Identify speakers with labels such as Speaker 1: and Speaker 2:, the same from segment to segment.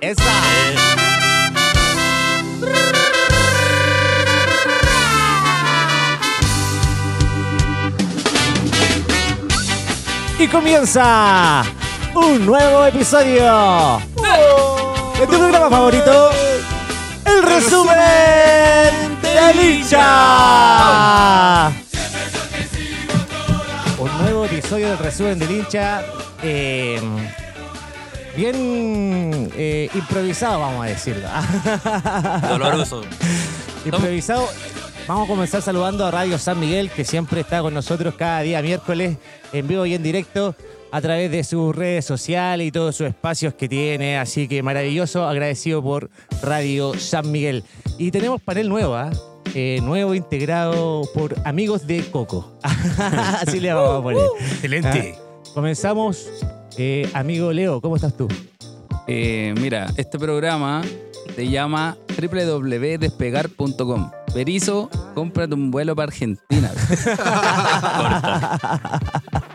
Speaker 1: Esa.
Speaker 2: Y comienza un nuevo episodio de tu programa favorito, el resumen de Licha. Un nuevo episodio del resumen de Licha. eh, bien eh, improvisado, vamos a decirlo.
Speaker 3: Doloroso.
Speaker 2: Improvisado. Vamos a comenzar saludando a Radio San Miguel, que siempre está con nosotros cada día miércoles, en vivo y en directo, a través de sus redes sociales y todos sus espacios que tiene. Así que maravilloso, agradecido por Radio San Miguel. Y tenemos panel nuevo, ¿ah? Eh, nuevo integrado por amigos de Coco. Así le vamos a
Speaker 4: Uh,
Speaker 2: poner.
Speaker 3: Excelente.
Speaker 2: Ah, Comenzamos. Eh, amigo Leo, ¿cómo estás tú?
Speaker 4: Eh, mira, este programa se llama www.despegar.com. Berizo, cómprate un vuelo para Argentina.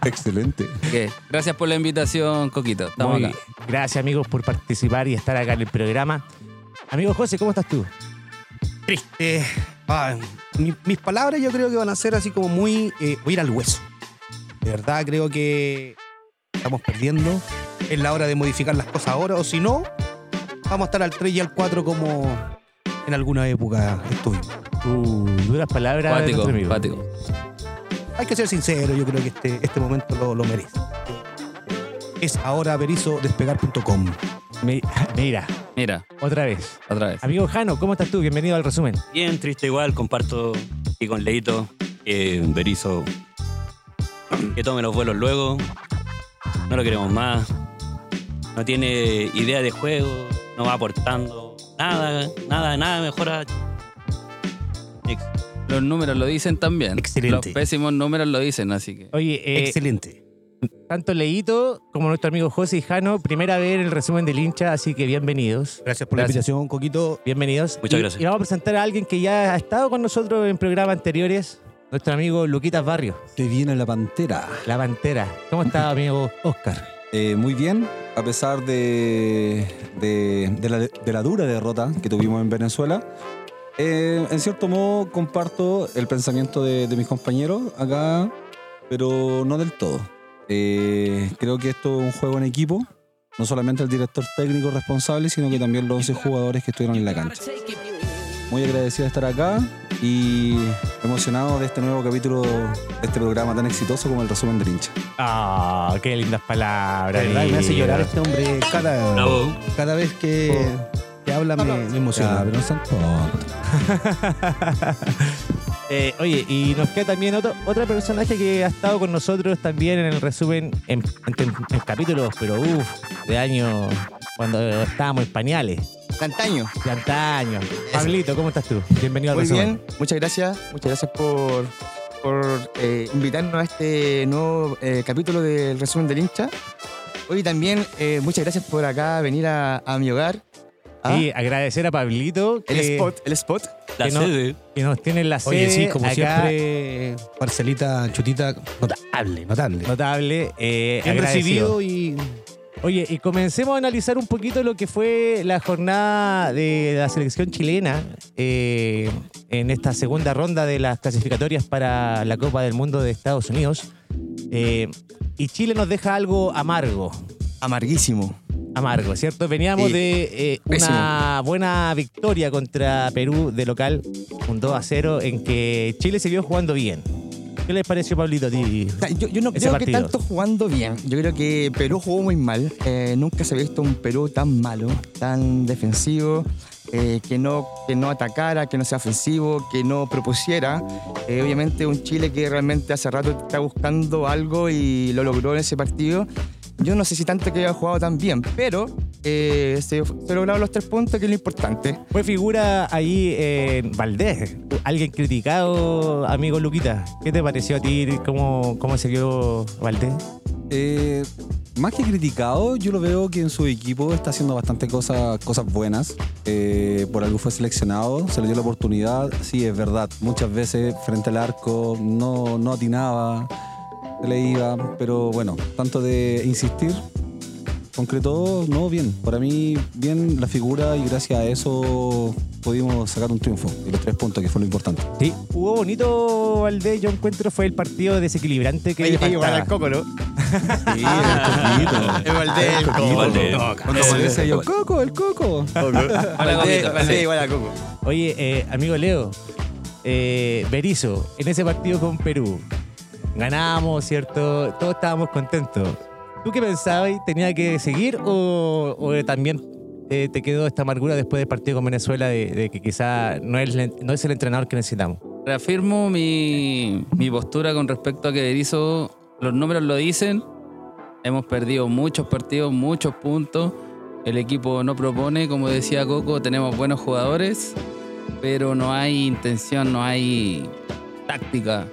Speaker 5: Excelente.
Speaker 4: Ok, Gracias por la invitación, Coquito. Estamos
Speaker 2: Muy
Speaker 4: acá.
Speaker 2: Gracias, amigos, por participar y estar acá en el programa. Amigo José, ¿cómo estás tú?
Speaker 1: Triste. Ah, mi- mis palabras yo creo que van a ser así como muy. eh, voy a ir al hueso. De verdad, creo que estamos perdiendo. Es la hora de modificar las cosas ahora, o si no, vamos a estar al 3 y al 4 como en alguna época estuvimos.
Speaker 2: Uh, duras palabras. de
Speaker 4: Pático,
Speaker 2: nuestro amigo.
Speaker 4: pático.
Speaker 1: Hay que ser sincero, yo creo que este, este momento lo, lo merece. Es ahora berizodespegar.com.
Speaker 2: Mi- mira,
Speaker 4: Mira,
Speaker 2: otra vez.
Speaker 4: otra vez.
Speaker 2: Amigo Jano, ¿cómo estás tú? Bienvenido al resumen.
Speaker 3: Bien triste igual, comparto y con Leito. Eh, Berizo, que tome los vuelos luego. No lo queremos más. No tiene idea de juego, no va aportando nada, nada, nada mejora. Ex-
Speaker 4: Los números lo dicen también.
Speaker 1: Excelente.
Speaker 4: Los pésimos números lo dicen, así que.
Speaker 2: Oye, eh,
Speaker 1: Excelente.
Speaker 2: tanto Leito como nuestro amigo José y Jano, primera vez en el resumen del hincha, así que bienvenidos.
Speaker 1: Gracias por
Speaker 2: gracias.
Speaker 1: la invitación, Coquito.
Speaker 2: Bienvenidos.
Speaker 3: Muchas
Speaker 2: Y-
Speaker 3: gracias.
Speaker 2: Y vamos a presentar a alguien que ya ha estado con nosotros en programas anteriores, nuestro amigo Luquitas Barrio,
Speaker 5: Te viene la pantera.
Speaker 2: la pantera. ¿Cómo está, amigo Oscar?
Speaker 5: Eh, muy bien, a pesar de, de- de la, de la dura derrota que tuvimos en Venezuela. eh, en cierto modo comparto el pensamiento de, de mis compañeros acá, pero no del todo. Eh, creo que esto es un juego en equipo, no solamente el director técnico responsable, sino que también los 11 jugadores que estuvieron en la cancha. Muy agradecido de estar acá y emocionado de este nuevo capítulo de este programa tan exitoso como el resumen del hincha.
Speaker 2: Ah, qué lindas palabras.
Speaker 1: De verdad, me hace
Speaker 2: amigo.
Speaker 1: llorar este hombre cada,
Speaker 3: Bravo.
Speaker 1: cada vez que, que habla me, me emociona.
Speaker 5: Ya, pero no sean tontos.
Speaker 2: Eh, oye, y nos queda también otro, otra personaje que ha estado con nosotros también en el resumen, en, en- en capítulos, pero uff, de año cuando estábamos en pañales,
Speaker 6: Antaño.
Speaker 2: de antaño. Pablito, ¿cómo estás tú? Bienvenido al
Speaker 6: Muy
Speaker 2: resumen.
Speaker 6: bien, muchas gracias. Muchas gracias por, por eh, invitarnos a este nuevo eh, capítulo del resumen del hincha. Hoy también eh, muchas gracias por acá venir a, a mi hogar. Ah,
Speaker 2: Y agradecer a Pablito
Speaker 6: el
Speaker 2: que,
Speaker 6: spot, el spot.
Speaker 3: La
Speaker 2: Que no-
Speaker 3: sede.
Speaker 2: que nos tiene en la sede
Speaker 1: Oye, sí, como
Speaker 2: acá,
Speaker 1: siempre, parcelita, chutita, notable, notable.
Speaker 2: notable. eh,
Speaker 1: Bien
Speaker 2: agradecido.
Speaker 1: recibido y
Speaker 2: Oye, y comencemos a analizar un poquito lo que fue la jornada de la selección chilena eh, en esta segunda ronda de las clasificatorias para la Copa del Mundo de Estados Unidos. Eh, y Chile nos deja algo amargo,
Speaker 6: Amarguísimo.
Speaker 2: amargo, ¿cierto? Veníamos
Speaker 6: Sí.
Speaker 2: de eh, una buena victoria contra Perú de local, un 2 a 0, en que Chile se vio jugando bien. ¿Qué les pareció, Pablito? a ti?
Speaker 6: O sea, yo, yo no
Speaker 2: Ese
Speaker 6: creo que
Speaker 2: partido.
Speaker 6: tanto jugando bien. Yo creo que Perú jugó muy mal. Eh, nunca se había visto un Perú tan malo, tan defensivo, eh, que, no, que no atacara, que no sea ofensivo, que no propusiera. Eh, obviamente un Chile que realmente hace rato está buscando algo y lo logró en ese partido. Yo no sé si tanto que haya jugado tan bien, pero eh, se, se lograron los tres puntos, que es lo importante.
Speaker 2: Fue figura ahí en Valdés, alguien criticado, amigo Luquita. ¿Qué te pareció a ti? ¿Cómo, cómo se vio Valdés?
Speaker 5: Eh, más que criticado, yo lo veo que en su equipo está haciendo bastante cosas, cosas buenas. Eh, por algo fue seleccionado, se le dio la oportunidad. Sí, es verdad, muchas veces frente al arco no, no atinaba, se le iba, pero bueno, tanto de insistir, concretó, no, bien. Para mí, bien la figura y gracias a eso pudimos sacar un triunfo y los tres puntos, que fue lo importante.
Speaker 2: Sí, jugó bonito Valdés, yo encuentro, fue el partido desequilibrante que le faltaba.
Speaker 6: coco, ¿no?
Speaker 5: Sí, el coquito.
Speaker 6: Valdés, el coco.
Speaker 3: Valdés.
Speaker 5: Cuando aparece yo, Coco, el Coco.
Speaker 6: Valdés, Valdés, igual a coco.
Speaker 2: Oye, eh, amigo Leo, eh, Berizzo, en ese partido con Perú, ganamos, ¿cierto? Todos estábamos contentos. ¿Tú qué pensabas? ¿Tenía que seguir o, o también eh, te quedó esta amargura después del partido con Venezuela de, de que quizá no es, el- no es el entrenador que necesitamos?
Speaker 4: Reafirmo mi, mi postura con respecto a que Berizzo, los números lo dicen. Hemos perdido muchos partidos, muchos puntos. El equipo no propone, como decía Coco, tenemos buenos jugadores, pero no hay intención, no hay táctica.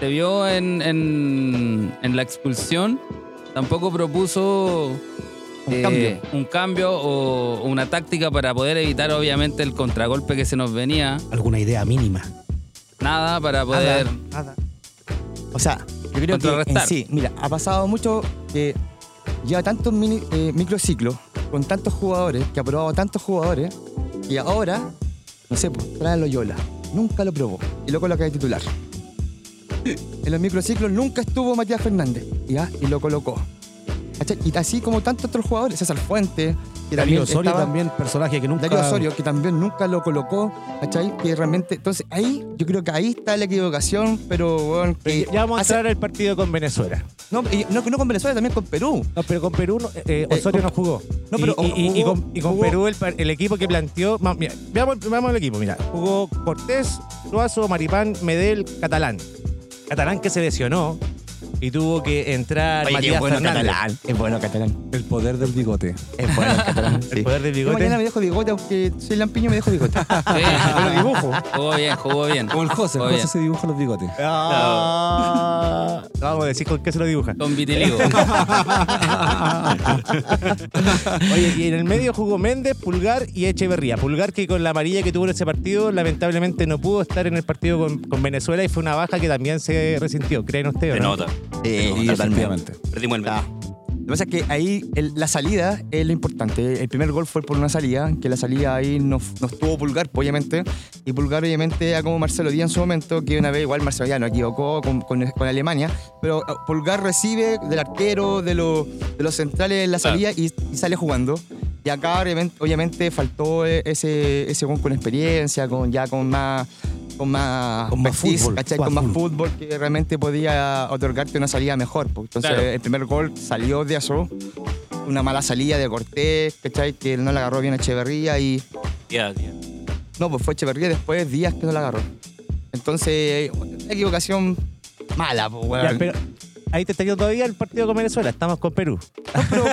Speaker 4: Se vio en, en- en la expulsión, tampoco propuso eh,
Speaker 6: Un cambio.
Speaker 4: un cambio o una táctica para poder evitar obviamente el contragolpe que se nos venía
Speaker 1: Alguna idea mínima.
Speaker 4: nada para poder.
Speaker 6: O sea, yo creo que en
Speaker 4: Contrarrestar.
Speaker 6: sí, mira, ha pasado mucho que lleva tantos mini- eh, microciclos con tantos jugadores, que ha probado tantos jugadores, y ahora, no sé, pues, trae a Loyola. Nunca lo probó. Y lo coloca de titular. En los microciclos nunca estuvo Matías Fernández. ¿ya? Y lo colocó. ¿Cachai? Y así como tantos otros jugadores, César Fuente,
Speaker 1: Darío
Speaker 6: que también
Speaker 1: Osorio
Speaker 6: estaba-
Speaker 1: también, personaje que nunca...
Speaker 6: Darío Osorio, que también nunca lo colocó, ¿cachai? Que realmente. Entonces, ahí, yo creo que ahí está la equivocación, pero, weón, que
Speaker 2: Ya vamos a
Speaker 6: hace-
Speaker 2: entrar al partido con Venezuela.
Speaker 6: no, y- no, no con Venezuela, también con Perú.
Speaker 2: No, pero con Perú no- eh, Osorio
Speaker 6: Eh,
Speaker 2: no jugó.
Speaker 6: no, pero
Speaker 2: y, y- y- y
Speaker 6: jugó-
Speaker 2: con, y con
Speaker 6: jugó-
Speaker 2: Perú el, par- el equipo que planteó. ma- mira, veamos, veamos el equipo, mira. Jugó Cortés, Suazo, Maripán, Medel, Catalán. Catalán que se lesionó y tuvo que entrar Matías Fernández.
Speaker 6: Es bueno catalán.
Speaker 5: El poder del bigote.
Speaker 6: Es bueno catalán.
Speaker 2: El poder del
Speaker 6: Yo
Speaker 2: bigote.
Speaker 6: mañana me dejo bigote, aunque soy lampiño, me dejo bigote.
Speaker 4: Sí.
Speaker 6: Pero dibujo.
Speaker 4: Jugó bien, jugó bien.
Speaker 5: Como el José, el
Speaker 4: Jugó
Speaker 5: José
Speaker 4: bien.
Speaker 5: se dibuja los bigotes.
Speaker 2: Ah. Vamos a decir con qué se lo dibuja.
Speaker 4: Con vitiligo.
Speaker 2: Oye, y en el medio jugó Méndez, Pulgar y Echeverría. Pulgar que con la amarilla que tuvo en ese partido, lamentablemente no pudo estar en el partido con, con Venezuela y fue una baja que también se resintió, creen ustedes.
Speaker 3: Se
Speaker 2: o ¿no?
Speaker 3: nota.
Speaker 6: Sí, totalmente.
Speaker 5: Efectivamente.
Speaker 3: Perdimos el
Speaker 6: Ah.
Speaker 3: medio.
Speaker 6: Lo que pasa es que ahí el- la salida es lo importante. El primer gol fue por una salida, que la salida ahí nos, nos tuvo Pulgar, pues, obviamente. Y Pulgar, obviamente, era como Marcelo Díaz en su momento, que una vez igual Marcelo Díaz no equivocó con, con- con Alemania. Pero eh, Pulgar recibe del arquero, de, lo- de los centrales en la salida y, y sale jugando. Y acá, obviamente, obviamente, faltó eh, ese, ese gol con experiencia, con, ya con más. Con más,
Speaker 1: Con más
Speaker 6: expertise,
Speaker 1: fútbol,
Speaker 6: ¿cachai?
Speaker 1: más
Speaker 6: Con más
Speaker 1: fútbol.
Speaker 6: fútbol que realmente podía otorgarte una salida mejor. pues. Entonces,
Speaker 4: Claro.
Speaker 6: el primer gol salió de Azul, una mala salida de Cortés, ¿cachai? Que no la agarró bien a Echeverría y.
Speaker 3: Ya, ya.
Speaker 6: No, pues fue Echeverría después Díaz que no la agarró. Entonces, eh, una equivocación mala, pues, weón.
Speaker 2: Ya, pero ahí te está quedando todavía el partido con Venezuela, estamos con Perú.
Speaker 6: pero, pero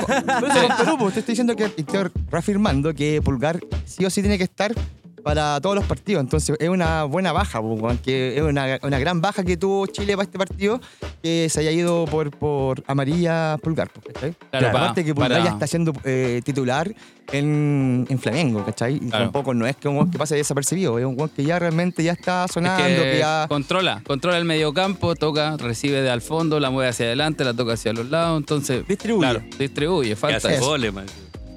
Speaker 6: eso con Perú, pues, te estoy diciendo que y estoy reafirmando que Pulgar sí o sí tiene que estar para todos los partidos. Entonces, es una buena baja, pues, weón, que es una, una gran baja que tuvo Chile para este partido, que se haya ido por, por amarilla Pulgar. Pues, ¿cachai?
Speaker 4: Claro,
Speaker 6: Pero
Speaker 4: pa-
Speaker 6: aparte que Pulgar
Speaker 4: para-
Speaker 6: ya está siendo eh, titular en, en Flamengo, ¿cachai? Y
Speaker 4: Claro.
Speaker 6: tampoco no es que un weón que pase desapercibido, es un weón que ya realmente ya está sonando,
Speaker 4: Es
Speaker 6: que
Speaker 4: que
Speaker 6: ya...
Speaker 4: controla, controla el mediocampo, toca, recibe de al fondo, la mueve hacia adelante, la toca hacia los lados, entonces
Speaker 6: Distribuye.
Speaker 4: claro, distribuye,
Speaker 3: Ya
Speaker 4: falta.
Speaker 3: hace
Speaker 6: eso.
Speaker 3: goles, man.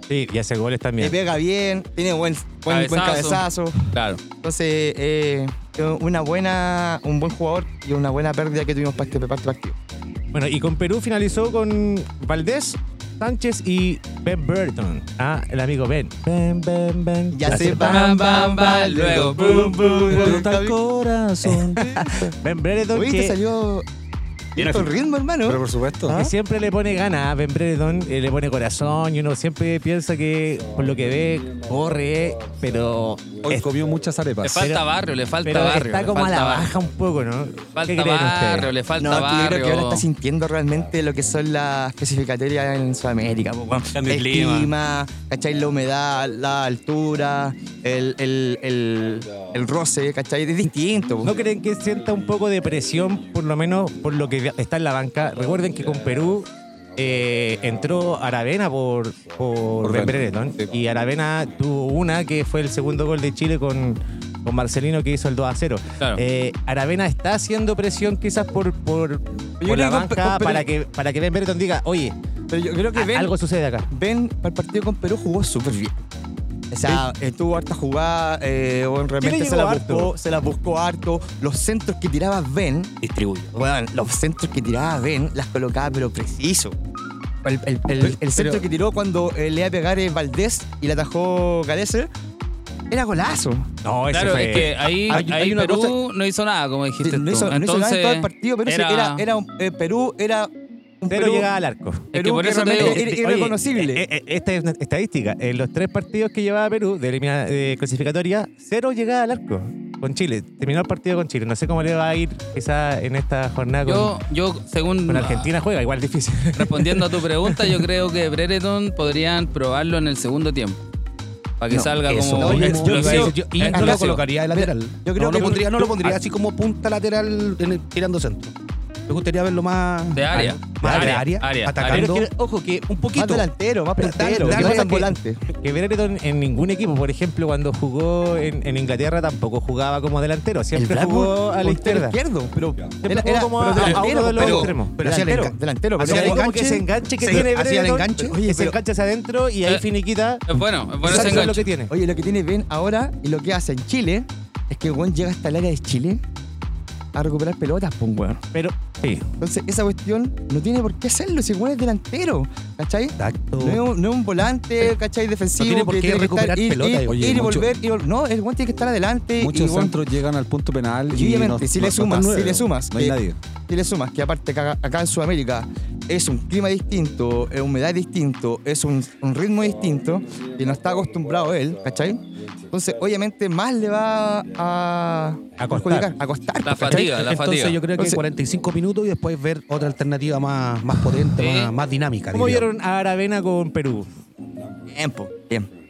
Speaker 2: Sí, y hace goles
Speaker 6: Le
Speaker 2: también.
Speaker 6: pega bien, tiene buen, buen, buen
Speaker 4: Cabezazo.
Speaker 6: cabezazo.
Speaker 4: Claro.
Speaker 6: Entonces, eh, una buena, un buen jugador y una buena pérdida que tuvimos para este, para este partido.
Speaker 2: Bueno, y con Perú finalizó con Valdés, Sánchez y Ben Burton. Ah, el amigo Ben. Ben, Ben, Ben.
Speaker 6: Ya se va.
Speaker 4: Bam, bam, bam, luego. Boom,
Speaker 5: Brota el corazón.
Speaker 2: Ben Brereton
Speaker 6: Oye, este te
Speaker 2: que,
Speaker 6: salió
Speaker 3: Bien
Speaker 6: con
Speaker 3: afirmado.
Speaker 6: ritmo,
Speaker 5: Pero
Speaker 6: hermano.
Speaker 5: por supuesto.
Speaker 4: ¿Ah?
Speaker 2: que siempre le pone ganas. ah, Ben Brereton eh, le pone corazón y uno siempre piensa que por lo que ve, corre, pero...
Speaker 5: Hoy
Speaker 2: es-
Speaker 5: comió muchas
Speaker 4: Le
Speaker 5: arepas.
Speaker 4: falta barrio, le falta
Speaker 2: pero
Speaker 4: barrio.
Speaker 2: está
Speaker 4: le
Speaker 2: como a
Speaker 4: falta
Speaker 2: la
Speaker 4: barrio.
Speaker 2: baja un poco, ¿no? ¿Qué
Speaker 4: Falta
Speaker 2: creen
Speaker 4: barrio,
Speaker 2: ustedes?
Speaker 4: le falta
Speaker 6: No, que yo
Speaker 4: barrio.
Speaker 6: creo que ahora está sintiendo realmente lo que son las clasificatorias en Sudamérica. po, weón.
Speaker 3: Cambio de
Speaker 6: el
Speaker 3: clima.
Speaker 6: clima, ¿cachai? La humedad, la altura, el, el, el, el roce, ¿cachai? Es distinto. po.
Speaker 2: ¿No creen que sienta un poco de presión, por lo menos por lo que está en la banca? Recuerden que con Perú eh, entró Aravena por, por,
Speaker 5: Por
Speaker 2: Ben
Speaker 5: Ben.
Speaker 2: Brereton.
Speaker 5: Sí.
Speaker 2: Y Aravena tuvo una que fue el segundo gol de Chile con, con Marcelino que hizo el 2 a 0.
Speaker 4: Claro.
Speaker 2: Eh, Aravena está haciendo presión quizás por, por, por
Speaker 6: creo
Speaker 2: la
Speaker 6: que con-
Speaker 2: banca
Speaker 6: con Perú-
Speaker 2: para, que, para que Ben Brereton diga, oye,
Speaker 6: Pero yo creo que
Speaker 2: A-
Speaker 6: ven,
Speaker 2: Algo sucede acá.
Speaker 6: ven para el partido con Perú jugó súper bien. O sea, estuvo harta jugada, eh, bueno, realmente se
Speaker 2: llegó
Speaker 6: la,
Speaker 2: harto?
Speaker 6: buscó, se la buscó harto. Los centros que tiraba Ben,
Speaker 3: Distribuye.
Speaker 6: bueno, los centros que tiraba Ben las colocaba pero preciso. El, el- el- el centro que tiró cuando eh, le iba a pegar eh, Valdés y la atajó Galese era golazo.
Speaker 2: No, ese
Speaker 4: Claro,
Speaker 2: fue.
Speaker 4: es que ahí,
Speaker 6: Hay-
Speaker 4: ahí
Speaker 6: hay una
Speaker 4: Perú
Speaker 6: cosa-
Speaker 4: no hizo nada, como dijiste
Speaker 6: no
Speaker 4: tú.
Speaker 6: hizo, no hizo nada en todo el partido, pero sí
Speaker 4: era-
Speaker 6: era, era un- eh, Perú era un
Speaker 2: Pero
Speaker 6: Perú-
Speaker 2: llegaba al arco.
Speaker 4: Es que
Speaker 6: Perú
Speaker 4: por
Speaker 6: que
Speaker 4: eso te
Speaker 6: realmente
Speaker 4: digo,
Speaker 6: ir-
Speaker 2: Oye,
Speaker 6: irreconocible.
Speaker 2: eh, eh, esta es una estadística. En los tres partidos que llevaba Perú de, elimina- de clasificatoria, cero llegada al arco con Chile. Terminó el partido con Chile. No sé cómo le va a ir quizá en esta jornada con,
Speaker 4: yo, yo, según
Speaker 2: con Argentina. Juega igual difícil.
Speaker 4: respondiendo a tu pregunta, yo creo que Brereton podrían probarlo en el segundo tiempo. Para que
Speaker 6: No,
Speaker 4: salga
Speaker 6: eso
Speaker 4: como
Speaker 1: no,
Speaker 4: un
Speaker 1: yo- yo-
Speaker 4: explosivo. Eh,
Speaker 1: yo- Y no lo
Speaker 4: Explosivo.
Speaker 1: colocaría de lateral.
Speaker 6: yo creo
Speaker 1: no, lo ah,
Speaker 6: que-
Speaker 1: pondría, no
Speaker 6: yo-
Speaker 1: lo pondría así como punta lateral en el- tirando centro. Me gustaría verlo más.
Speaker 4: De área.
Speaker 1: Más de
Speaker 4: Área,
Speaker 1: área.
Speaker 4: área,
Speaker 2: Pero
Speaker 1: atacando.
Speaker 2: que- ojo que un
Speaker 6: más
Speaker 2: poquito.
Speaker 6: delantero, más
Speaker 1: Pero
Speaker 6: puntero,
Speaker 1: dale,
Speaker 6: que no
Speaker 1: dale,
Speaker 6: tan
Speaker 1: que-
Speaker 6: volante.
Speaker 2: Que Brereton en ningún equipo, por ejemplo, cuando jugó en, en Inglaterra tampoco jugaba como delantero, siempre jugó a la izquierda.
Speaker 6: izquierdo, pero
Speaker 2: Siempre jugó como a, a uno de los extremos.
Speaker 1: pero hacía el
Speaker 6: delantero,
Speaker 1: engan-
Speaker 6: delantero,
Speaker 1: hacía
Speaker 2: Pero
Speaker 1: el
Speaker 6: pero
Speaker 2: como
Speaker 1: enganche,
Speaker 2: que ese enganche que
Speaker 1: se-
Speaker 2: tiene
Speaker 1: hacía el
Speaker 2: Brereton,
Speaker 1: enganche.
Speaker 2: Oye, ese enganche hacia adentro y ahí
Speaker 4: Eh,
Speaker 2: finiquita.
Speaker 4: Es bueno, es bueno
Speaker 2: Eso
Speaker 4: ese
Speaker 2: es lo que
Speaker 4: enganche.
Speaker 2: tiene.
Speaker 6: Oye, lo que tiene Ben ahora y lo que hace en Chile es que Juan llega hasta el área de Chile a recuperar pelotas, pum, weón.
Speaker 2: Pero sí,
Speaker 6: Entonces, esa cuestión no tiene por qué hacerlo si Juan es delantero, ¿cachai?
Speaker 1: Exacto.
Speaker 6: No es, un, no es un volante, ¿cachai? Defensivo.
Speaker 1: No tiene por
Speaker 6: que
Speaker 1: qué
Speaker 6: que estar-
Speaker 1: recuperar
Speaker 6: ir,
Speaker 1: pelota,
Speaker 6: ir-
Speaker 1: yo.
Speaker 5: Oye,
Speaker 6: ir y
Speaker 5: mucho-
Speaker 6: volver. ir y vol- no, el Juan tiene que estar adelante. y
Speaker 5: Muchos
Speaker 6: Juan-
Speaker 5: centros llegan al punto penal
Speaker 6: Y
Speaker 5: y
Speaker 6: obviamente,
Speaker 5: no-
Speaker 6: si
Speaker 5: no-
Speaker 6: le
Speaker 5: no están
Speaker 6: sumas, si
Speaker 5: nueve,
Speaker 6: le sumas,
Speaker 5: No hay
Speaker 6: eh,
Speaker 5: nadie.
Speaker 6: Y le sumas que aparte que acá, acá en Sudamérica es un clima distinto, es humedad distinto, es un, un ritmo distinto y no está acostumbrado él, ¿cachai? Entonces, obviamente, más le va a,
Speaker 2: A costar.
Speaker 6: perjudicar, pues, a costar,
Speaker 4: La
Speaker 6: ¿cachai?
Speaker 4: fatiga, la
Speaker 1: Entonces
Speaker 4: fatiga.
Speaker 1: yo creo que
Speaker 6: Entonces-
Speaker 1: 45 minutos y después ver otra alternativa más, más potente,
Speaker 4: Sí.
Speaker 1: más, más dinámica.
Speaker 2: ¿Cómo
Speaker 1: diría.
Speaker 2: vieron a Aravena con Perú?
Speaker 6: Bien, po, bien.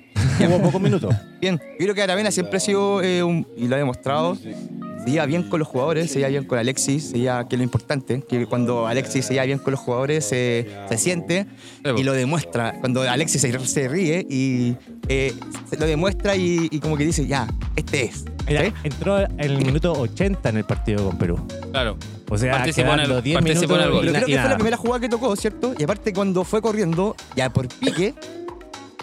Speaker 2: Hubo pocos minutos.
Speaker 6: Bien, yo creo que Aravena siempre ha sido, eh, un- y lo ha demostrado, se lleva bien con los jugadores, se lleva bien con Alexis, se lleva, que es lo importante, que cuando Alexis se lleva bien con los jugadores se, se siente
Speaker 4: po.
Speaker 6: y lo demuestra. Cuando Alexis se, se ríe y eh, se lo demuestra y, y como que dice, ya, este es.
Speaker 2: Mira,
Speaker 6: ¿Sí?
Speaker 2: Entró en el minuto 80 en el partido con Perú.
Speaker 4: Claro.
Speaker 2: O sea,
Speaker 4: Participó en el-
Speaker 2: quedando 10
Speaker 4: participó
Speaker 2: minutos
Speaker 4: en el gol.
Speaker 2: y
Speaker 6: Pero
Speaker 2: na-
Speaker 6: creo
Speaker 2: y
Speaker 6: que fue la
Speaker 2: nada.
Speaker 6: primera jugada que tocó, ¿cierto? Y aparte cuando fue corriendo, ya por pique,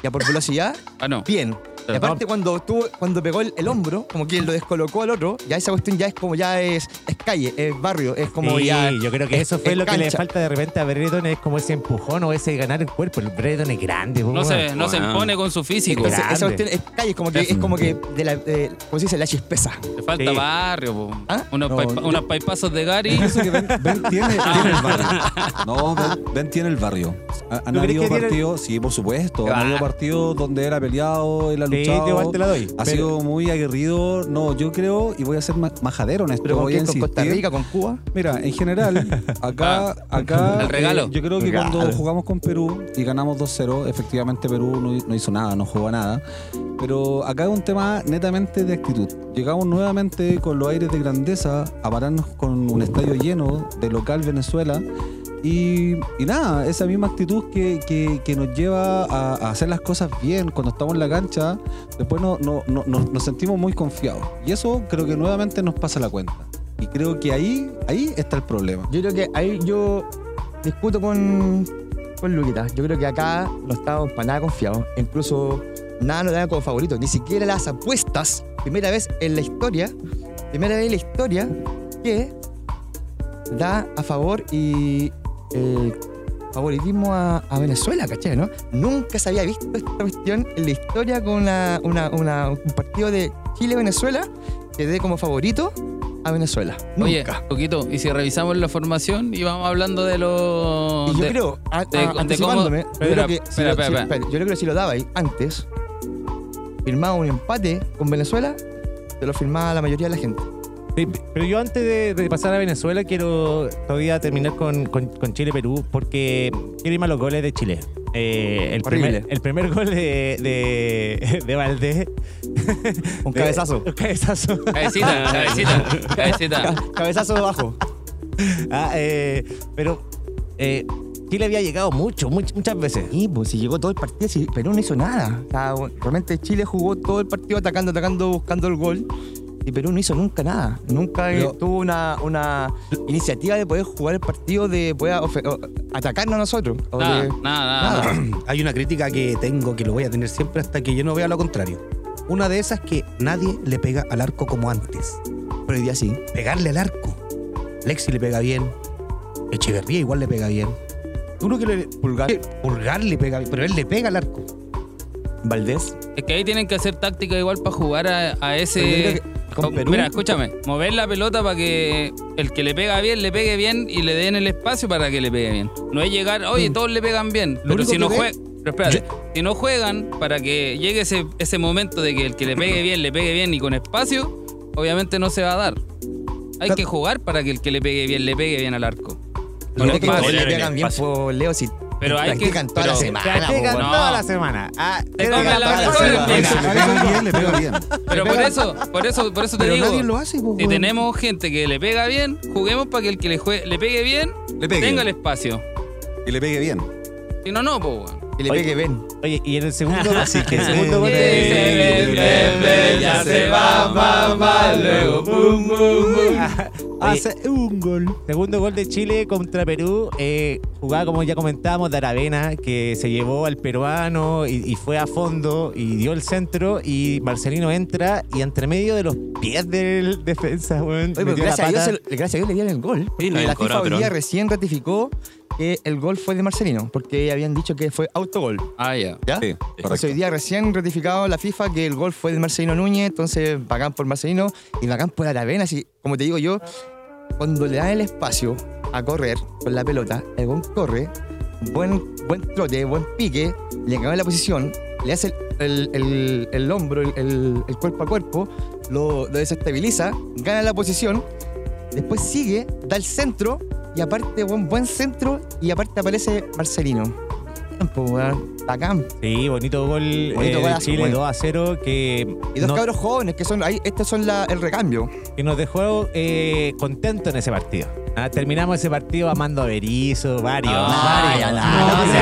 Speaker 6: ya por velocidad,
Speaker 4: Ah, no.
Speaker 6: bien. Y
Speaker 4: Pero
Speaker 6: aparte cuando tuvo, cuando pegó el, el hombro, como que lo descolocó al otro, ya esa cuestión ya es como ya es, es calle, es barrio, es como
Speaker 2: Sí,
Speaker 6: ya.
Speaker 2: yo creo que
Speaker 6: es-
Speaker 2: eso fue
Speaker 6: es
Speaker 2: lo que le
Speaker 6: cancha.
Speaker 2: falta de repente a Brereton, es como ese empujón o ese ganar el cuerpo. El Brereton es grande.
Speaker 4: No se, no se
Speaker 3: Bueno.
Speaker 4: impone con su físico.
Speaker 6: Entonces, esa
Speaker 2: grande.
Speaker 6: cuestión es calle, es como que, es como que de la, de- ¿cómo se dice? La chispeza.
Speaker 4: Le falta
Speaker 2: Sí.
Speaker 4: barrio, po.
Speaker 6: ¿Ah?
Speaker 4: Unos,
Speaker 5: No,
Speaker 4: paipa-
Speaker 5: yo-
Speaker 4: unos paipazos de Gary.
Speaker 5: Eso que ben, Ben tiene, tiene el barrio. No, Ben, Ben tiene el barrio. Ha- Han
Speaker 2: ¿Tú crees
Speaker 5: habido
Speaker 2: que tiene el-
Speaker 5: partidos, sí, por supuesto. Han habido partidos donde él ha peleado, él ha
Speaker 2: Sí,
Speaker 5: luchado.
Speaker 2: yo igual te la doy.
Speaker 5: Ha
Speaker 2: Pero-
Speaker 5: sido muy aguerrido. No, yo creo, y voy a ser ma- majadero en esto.
Speaker 6: Pero con,
Speaker 5: voy a
Speaker 6: quién? con Costa
Speaker 5: insistir.
Speaker 6: Rica, con Cuba.
Speaker 5: Mira, en general, acá, acá
Speaker 4: El regalo.
Speaker 5: eh, yo creo que
Speaker 6: Regalo.
Speaker 5: cuando jugamos con Perú y ganamos 2-0, efectivamente Perú no, hi- no hizo nada, no jugó a nada. Pero acá es un tema netamente de actitud. Llegamos nuevamente con los aires de grandeza a pararnos con un estadio lleno de local Venezuela. Y, y nada, esa misma actitud que, que- que nos lleva a, a hacer las cosas bien cuando estamos en la cancha, después no, no- no- no- nos sentimos muy confiados. Y eso creo que nuevamente nos pasa la cuenta. Y creo que ahí, ahí está el problema.
Speaker 6: Yo creo que ahí yo discuto con, con Luquitas. Yo creo que acá no estábamos para nada confiados. Incluso nada nos daba como favorito. Ni siquiera las apuestas. Primera vez en la historia. Primera vez en la historia que da a favor y eh, favoritismo a, a Venezuela, ¿cachai? ¿no? Nunca se había visto esta cuestión en la historia con una- una- una- un partido de Chile-Venezuela que dé como favorito a Venezuela. Nunca.
Speaker 4: Oye, poquito. Y si revisamos la formación y vamos hablando de los.
Speaker 6: Y yo
Speaker 4: de-
Speaker 6: creo, a- a-
Speaker 4: de cómo-
Speaker 6: anticipándome,
Speaker 4: espera,
Speaker 6: yo creo que si,
Speaker 4: espera,
Speaker 6: lo-
Speaker 4: espera, espera.
Speaker 6: si- espera, yo creo que si lo daba ahí antes, firmaba un empate con Venezuela, te lo firmaba la mayoría de la gente.
Speaker 2: Sí, pero yo antes de, de pasar a Venezuela quiero todavía terminar con, con- con Chile-Perú porque quiero irme a los goles de Chile. Eh, el,
Speaker 6: Horrible.
Speaker 2: primer, el primer gol de, de, de Valdés.
Speaker 6: Un
Speaker 2: de-
Speaker 6: cabezazo.
Speaker 2: Un cabezazo.
Speaker 4: Cabecita, cabecita, cabecita.
Speaker 6: cabezazo abajo.
Speaker 2: Ah, eh, pero eh, Chile había llegado mucho, much- muchas veces.
Speaker 6: Y pues si llegó todo el partido, si Perú no hizo nada. O sea, bueno, realmente Chile jugó todo el partido atacando, atacando, buscando el gol. y Perú no hizo nunca nada. Nunca eh,
Speaker 5: Pero-
Speaker 6: tuvo una, una iniciativa de poder jugar el partido, de poder ofe- o- atacarnos a nosotros. o
Speaker 4: Nada,
Speaker 6: de-
Speaker 4: nada, nada.
Speaker 1: Hay una crítica que tengo que lo voy a tener siempre hasta que yo no vea lo contrario. Una de esas es que nadie le pega al arco como antes.
Speaker 6: Pero hoy día sí.
Speaker 1: Pegarle al arco. Lexi le pega bien. Echeverría igual le pega bien. Uno que le.
Speaker 6: Pulgar,
Speaker 1: Pulgar le pega bien, pero él le pega al arco.
Speaker 6: Valdés.
Speaker 4: Es que ahí tienen que hacer táctica igual para jugar a, a
Speaker 6: Pero
Speaker 4: ese.
Speaker 6: yo creo que con
Speaker 4: Con-
Speaker 6: Perú-
Speaker 4: Mira, escúchame, mover la pelota para que el que le pega bien le pegue bien y le den el espacio para que le pegue bien. No es llegar, oye, todos le pegan bien, pero
Speaker 1: único
Speaker 4: si no
Speaker 1: que ve-
Speaker 4: juegan. si no juegan para que llegue ese, ese momento de que el que le pegue bien, le pegue bien y con espacio, obviamente no se va a dar. Hay que jugar para que el que le pegue bien, le pegue bien al arco.
Speaker 6: Lo
Speaker 4: Con
Speaker 6: único que
Speaker 4: espacio.
Speaker 6: todos le
Speaker 3: Era el
Speaker 6: pegan bien
Speaker 3: espacio.
Speaker 6: por Leo si
Speaker 4: Pero hay que-
Speaker 6: practican toda la
Speaker 4: pero-
Speaker 6: semana.
Speaker 2: Practican
Speaker 6: po,
Speaker 4: bueno.
Speaker 2: toda
Speaker 4: No.
Speaker 2: la semana. Ah,
Speaker 4: Te
Speaker 2: practican
Speaker 4: tocan la
Speaker 2: toda
Speaker 4: pelota y
Speaker 2: semana.
Speaker 4: pega.
Speaker 5: Le pega bien, le pega bien.
Speaker 4: Pero por eso, por eso, por eso te
Speaker 1: Pero
Speaker 4: digo.
Speaker 1: nadie lo hace, po,
Speaker 4: Si
Speaker 1: weón.
Speaker 4: tenemos gente que le pega bien, juguemos para que el que le, jue- le pegue bien
Speaker 5: Le pegue.
Speaker 4: tenga el espacio.
Speaker 5: Y le pegue bien.
Speaker 4: Si no, no, pues, weón.
Speaker 6: Y le pegue Ben.
Speaker 2: Oye, y en el segundo, así que el
Speaker 6: se
Speaker 2: segundo gol
Speaker 4: ve,
Speaker 2: de-
Speaker 4: ven, ven, ven, ya se va, va, va, luego,
Speaker 6: pum, pum, Ah,
Speaker 2: Hace
Speaker 6: un gol.
Speaker 2: Segundo gol de Chile contra Perú. Eh, jugada, como ya comentábamos, de Aravena, que se llevó al peruano y, y fue a fondo y dio el centro. Y Marcelino entra y entre medio de los pies del defensa, weón.
Speaker 6: Oye, pero
Speaker 2: metió la
Speaker 6: gracias, a Dios,
Speaker 2: pata.
Speaker 6: el- gracias a Dios le dieron el gol. porque
Speaker 3: no habían
Speaker 6: la FIFA
Speaker 3: cobrado,
Speaker 6: hoy
Speaker 3: pero-
Speaker 6: día recién ratificó que el gol fue de Marcelino, porque habían dicho que fue autogol.
Speaker 4: Ah, ya.
Speaker 6: ¿Ya?
Speaker 5: Sí,
Speaker 6: Entonces
Speaker 5: correcto.
Speaker 6: hoy día recién ratificado la FIFA que el gol fue de Marcelino Núñez, entonces bacán por Marcelino y bacán por Aravena. Así como te digo yo, cuando le dan el espacio a correr con la pelota, el gol corre, buen, buen trote, buen pique, le cambia la posición, le hace el, el- el- el hombro, el, el- el cuerpo a cuerpo, lo, lo desestabiliza, gana la posición, después sigue, da el centro y aparte buen, buen centro y aparte aparece Marcelino. Tiempo, weón. Bacán.
Speaker 2: Sí, bonito gol
Speaker 6: Bonito
Speaker 2: eh, de
Speaker 6: golazo,
Speaker 2: Chile,
Speaker 6: weón.
Speaker 2: 2 a 0, que,
Speaker 6: Y dos
Speaker 2: no-
Speaker 6: cabros jóvenes que son ahí, estos son la- el recambio.
Speaker 2: que nos dejó eh, contento en ese partido. Ah, terminamos ese partido amando a Berizzo, varios.
Speaker 4: Ah,
Speaker 2: varios.
Speaker 4: ya la-
Speaker 2: No,
Speaker 4: no,
Speaker 2: se-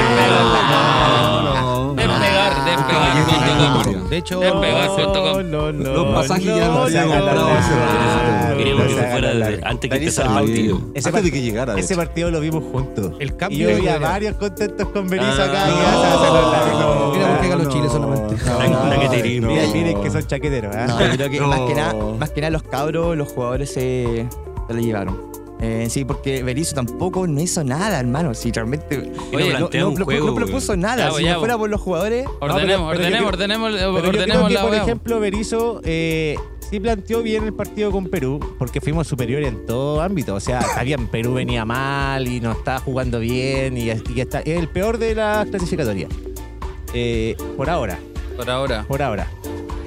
Speaker 4: no,
Speaker 5: No,
Speaker 4: Despegar, despegar.
Speaker 5: no,
Speaker 4: con Tocón.
Speaker 5: no, no.
Speaker 1: Ah, De hecho,
Speaker 4: Te pegas, el tocón.
Speaker 2: No, no,
Speaker 5: Los pasajes ya los había
Speaker 2: no,
Speaker 5: comprado
Speaker 2: no,
Speaker 5: hace rato.
Speaker 2: no,
Speaker 3: Queríamos que
Speaker 2: no, no,
Speaker 3: fuera
Speaker 2: no,
Speaker 3: desde antes que
Speaker 5: Berizzo,
Speaker 3: empezara el partido.
Speaker 5: bien.
Speaker 2: Ese
Speaker 5: Antes de
Speaker 2: part-
Speaker 5: que llegara. de
Speaker 2: Ese
Speaker 5: hecho.
Speaker 2: partido lo vimos juntos.
Speaker 1: el
Speaker 2: Y
Speaker 1: cambio.
Speaker 2: yo vi a
Speaker 1: de-
Speaker 2: varios contentos con Berizzo
Speaker 3: Ah,
Speaker 2: acá.
Speaker 3: no,
Speaker 2: y ya se hacen los
Speaker 5: no,
Speaker 2: labios.
Speaker 1: Mira por qué
Speaker 5: no,
Speaker 1: ganó Chile
Speaker 5: no,
Speaker 1: solamente.
Speaker 5: no,
Speaker 3: Tan- tan que te
Speaker 5: no,
Speaker 3: digo.
Speaker 2: Mira,
Speaker 5: no.
Speaker 2: miren que son chaqueteros. ¿ah?
Speaker 6: No, yo creo que,
Speaker 5: No.
Speaker 6: Más, que nada, más que nada los cabros, los jugadores se, se lo llevaron. Eh, sí, porque Berizzo tampoco no hizo nada, hermano. Si realmente
Speaker 3: Oye,
Speaker 6: no,
Speaker 3: plantea un
Speaker 6: no-
Speaker 3: juego,
Speaker 6: no propuso
Speaker 3: güey.
Speaker 6: nada.
Speaker 4: Ya,
Speaker 6: si
Speaker 4: ya,
Speaker 6: no fuera
Speaker 4: güey.
Speaker 6: por los jugadores,
Speaker 4: Ordenemos,
Speaker 2: pero yo creo-
Speaker 4: ordenemos, ordenemos,
Speaker 2: Pero yo creo
Speaker 4: ordenemos
Speaker 2: que,
Speaker 4: la
Speaker 2: por
Speaker 4: weá.
Speaker 2: ejemplo, Berizzo eh, sí planteó bien el partido con Perú, porque fuimos superiores en todo ámbito. O sea, está bien, Perú venía mal y no estaba jugando bien y, y está, es el peor de la clasificatoria. Eh, por ahora,
Speaker 4: Por ahora.
Speaker 2: por ahora.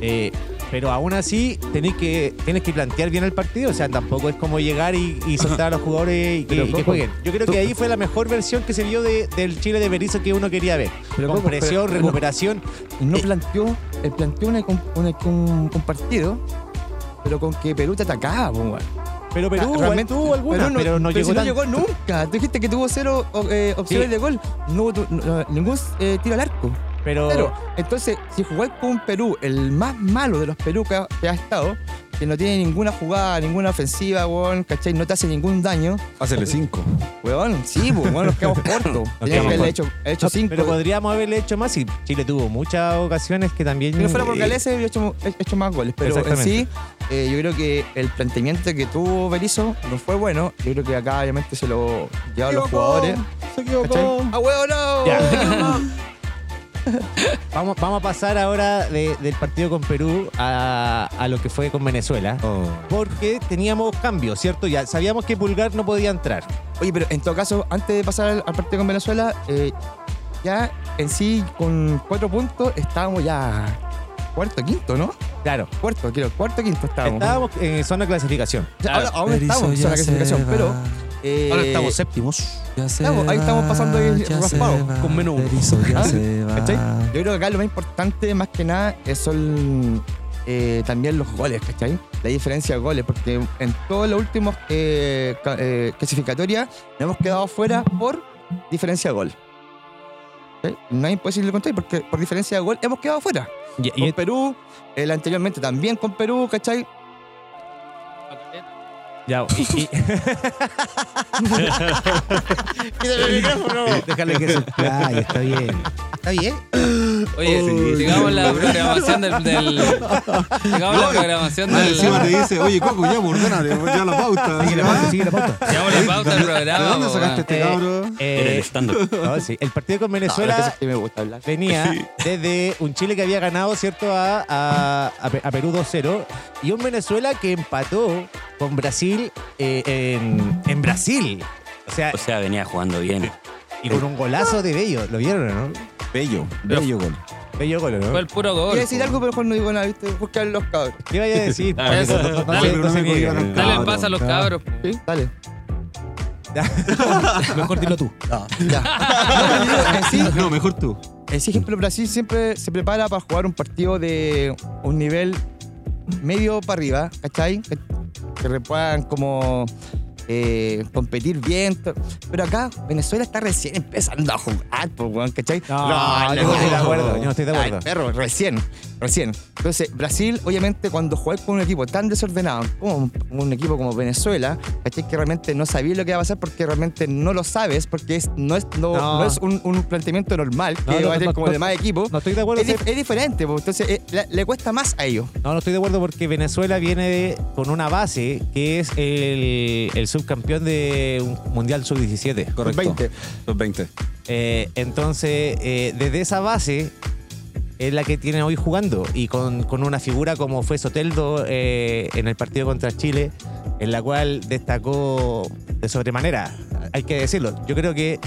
Speaker 2: Eh, pero aún así tenés que, tienes que plantear bien el partido. O sea, tampoco es como llegar y, y soltar a los jugadores y que,
Speaker 6: Pero,
Speaker 2: y que
Speaker 6: Coco,
Speaker 2: jueguen. Yo creo que ahí fue la mejor versión que se vio de- del Chile de Berizzo que uno quería ver.
Speaker 6: Pero,
Speaker 2: con
Speaker 6: Coco, pero-
Speaker 2: presión,
Speaker 6: pero-
Speaker 2: recuperación.
Speaker 6: no planteó, él planteó una, con- una- con- un, partido, pero con que Perú te atacaba, po, güey.
Speaker 2: Pero Perú igual
Speaker 6: Realmente,
Speaker 2: tuvo alguna,
Speaker 6: Perú
Speaker 2: Ah, pero no, llegó
Speaker 6: si no
Speaker 2: tan-
Speaker 6: llegó nunca. Tú dijiste que tuvo cero o- eh, opciones
Speaker 2: Sí.
Speaker 6: de gol. No hubo tu- no- ningún eh, tiro al arco.
Speaker 2: Pero
Speaker 6: Claro, entonces, si jugáis con Perú, el más malo de los Perú que ha, que ha estado, que no tiene ninguna jugada, ninguna ofensiva, weón, ¿cachai? No te hace ningún daño,
Speaker 5: Hácele cinco.
Speaker 6: weón, sí, po, weón, nos quedamos cortos. Teníamos que haberle hecho, hecho
Speaker 2: no,
Speaker 6: cinco.
Speaker 2: Ah, pero
Speaker 6: Pero
Speaker 2: podríamos haberle hecho más y Chile tuvo muchas ocasiones que también.
Speaker 6: si no fuera por
Speaker 2: eh,
Speaker 6: Galese, hubiera hecho, hecho más goles. Pero en sí,
Speaker 2: Exactamente.
Speaker 6: eh, yo creo que el planteamiento que tuvo Berizzo no fue bueno. Yo creo que acá, obviamente, se lo llevaron los jugadores.
Speaker 5: Se
Speaker 6: ¿Cachai?
Speaker 5: equivocó.
Speaker 6: ¡Ah, huevo, no!
Speaker 2: Vamos, vamos a pasar ahora de- del partido con Perú a, a lo que fue con Venezuela.
Speaker 5: Oh.
Speaker 2: Porque teníamos cambios, ¿cierto? Ya sabíamos que Pulgar no podía entrar.
Speaker 6: Oye, pero en todo caso, antes de pasar al, al partido con Venezuela, eh, ya en sí, con cuatro puntos, estábamos ya cuarto, quinto, ¿no?
Speaker 2: Claro,
Speaker 6: Cuarto, quiero, cuarto, quinto estábamos.
Speaker 2: estábamos en zona de clasificación.
Speaker 6: O sea, ahora, ahora estamos en la clasificación, pero... eh,
Speaker 1: Ahora estamos séptimos.
Speaker 6: estamos- ahí estamos pasando el raspado.
Speaker 1: Con menos uno.
Speaker 6: ¿Ah? ¿Cachai? Yo creo que acá lo más importante, más que nada, es- son eh, también los goles, ¿cachai? La diferencia de goles, porque en todos los últimos eh, ca- eh, clasificatorias nos hemos quedado fuera por diferencia de gol. ¿Cachai? No es imposible contar, porque por diferencia de gol hemos quedado fuera.
Speaker 2: Y,
Speaker 6: Con Perú, el anteriormente también con Perú, ¿cachai?
Speaker 2: Ya, y, y-
Speaker 1: Déjale que se explaye, está bien. Está bien.
Speaker 4: Oye, llegamos a la programación del. del- llegamos a la programación
Speaker 5: Ah,
Speaker 4: del.
Speaker 5: encima te dice, oye, Coco, ya, perdónate, ya la pauta. Ah.
Speaker 1: Sigue la
Speaker 2: Ah.
Speaker 1: pauta, sigue la pauta.
Speaker 4: Llegamos a la pauta del programa.
Speaker 5: ¿De dónde
Speaker 4: po,
Speaker 5: sacaste
Speaker 4: weón.
Speaker 5: este
Speaker 2: eh,
Speaker 5: cabro?
Speaker 3: Era el
Speaker 2: eh,
Speaker 3: stand-up.
Speaker 2: no, sí, El partido con Venezuela.
Speaker 6: Ahora que me gusta hablar.
Speaker 2: venía desde un Chile que había ganado, ¿cierto?, a, a- a Pe- a Perú 2-0 y un Venezuela que empató con Brasil eh, en, en Brasil. O sea,
Speaker 3: O
Speaker 5: Pues,
Speaker 3: sea, venía jugando bien.
Speaker 2: y con un golazo de Bello. ¿Lo vieron o no?
Speaker 5: Bello, bello gol.
Speaker 2: Bello gol, ¿o
Speaker 4: Fue
Speaker 2: ¿no?
Speaker 4: el puro gol.
Speaker 6: Quiero decir
Speaker 4: po.
Speaker 6: algo, pero mejor no digo nada, ¿viste? Porque hablan los cabros.
Speaker 2: ¿Qué vaya a decir?
Speaker 3: Ah,
Speaker 2: Porque
Speaker 4: eso.
Speaker 2: no- no- no-
Speaker 5: Dale,
Speaker 2: no
Speaker 5: pero no
Speaker 2: se
Speaker 5: me
Speaker 2: niegue.
Speaker 5: colgaron.
Speaker 4: Dale el
Speaker 5: Cabrón,
Speaker 4: pase a los cabros. po.
Speaker 6: ¿Sí? Dale.
Speaker 1: Mejor dilo tú.
Speaker 5: Sí, no, mejor tú.
Speaker 6: Eh, sí, ejemplo, Brasil siempre se prepara para jugar un partido de un nivel medio para arriba, ¿cachai? Que, que le puedan como eh, competir bien. to- Pero acá Venezuela está recién empezando a jugar, pues, weón, ¿cachai?
Speaker 2: No, yo no estoy de acuerdo, yo no estoy de acuerdo.
Speaker 6: Ay, perro, recién, recién. Entonces, Brasil, obviamente, cuando juega con un equipo tan desordenado como un, como un equipo como Venezuela, ¿cachai? Que realmente no sabía lo que iba a pasar porque realmente no lo sabes, porque es, no, es, no,
Speaker 2: No.
Speaker 6: no es un, un planteamiento normal que
Speaker 2: No, no,
Speaker 6: va a tener
Speaker 2: no,
Speaker 6: como
Speaker 2: no,
Speaker 6: el demás equipo.
Speaker 2: No estoy de acuerdo.
Speaker 6: Es,
Speaker 2: sí.
Speaker 6: dif- es diferente, po. entonces eh, la- le cuesta más a ellos.
Speaker 2: No, no estoy de acuerdo porque Venezuela viene de- con una base que es el, el subcampeón de un Mundial Sub-17.
Speaker 5: Correcto.
Speaker 6: 20.
Speaker 5: Los 20.
Speaker 2: Eh, entonces, eh, desde esa base es la que tiene hoy jugando y con, con una figura como fue Soteldo eh, en el partido contra Chile, en la cual destacó de sobremanera, hay que decirlo. Yo creo que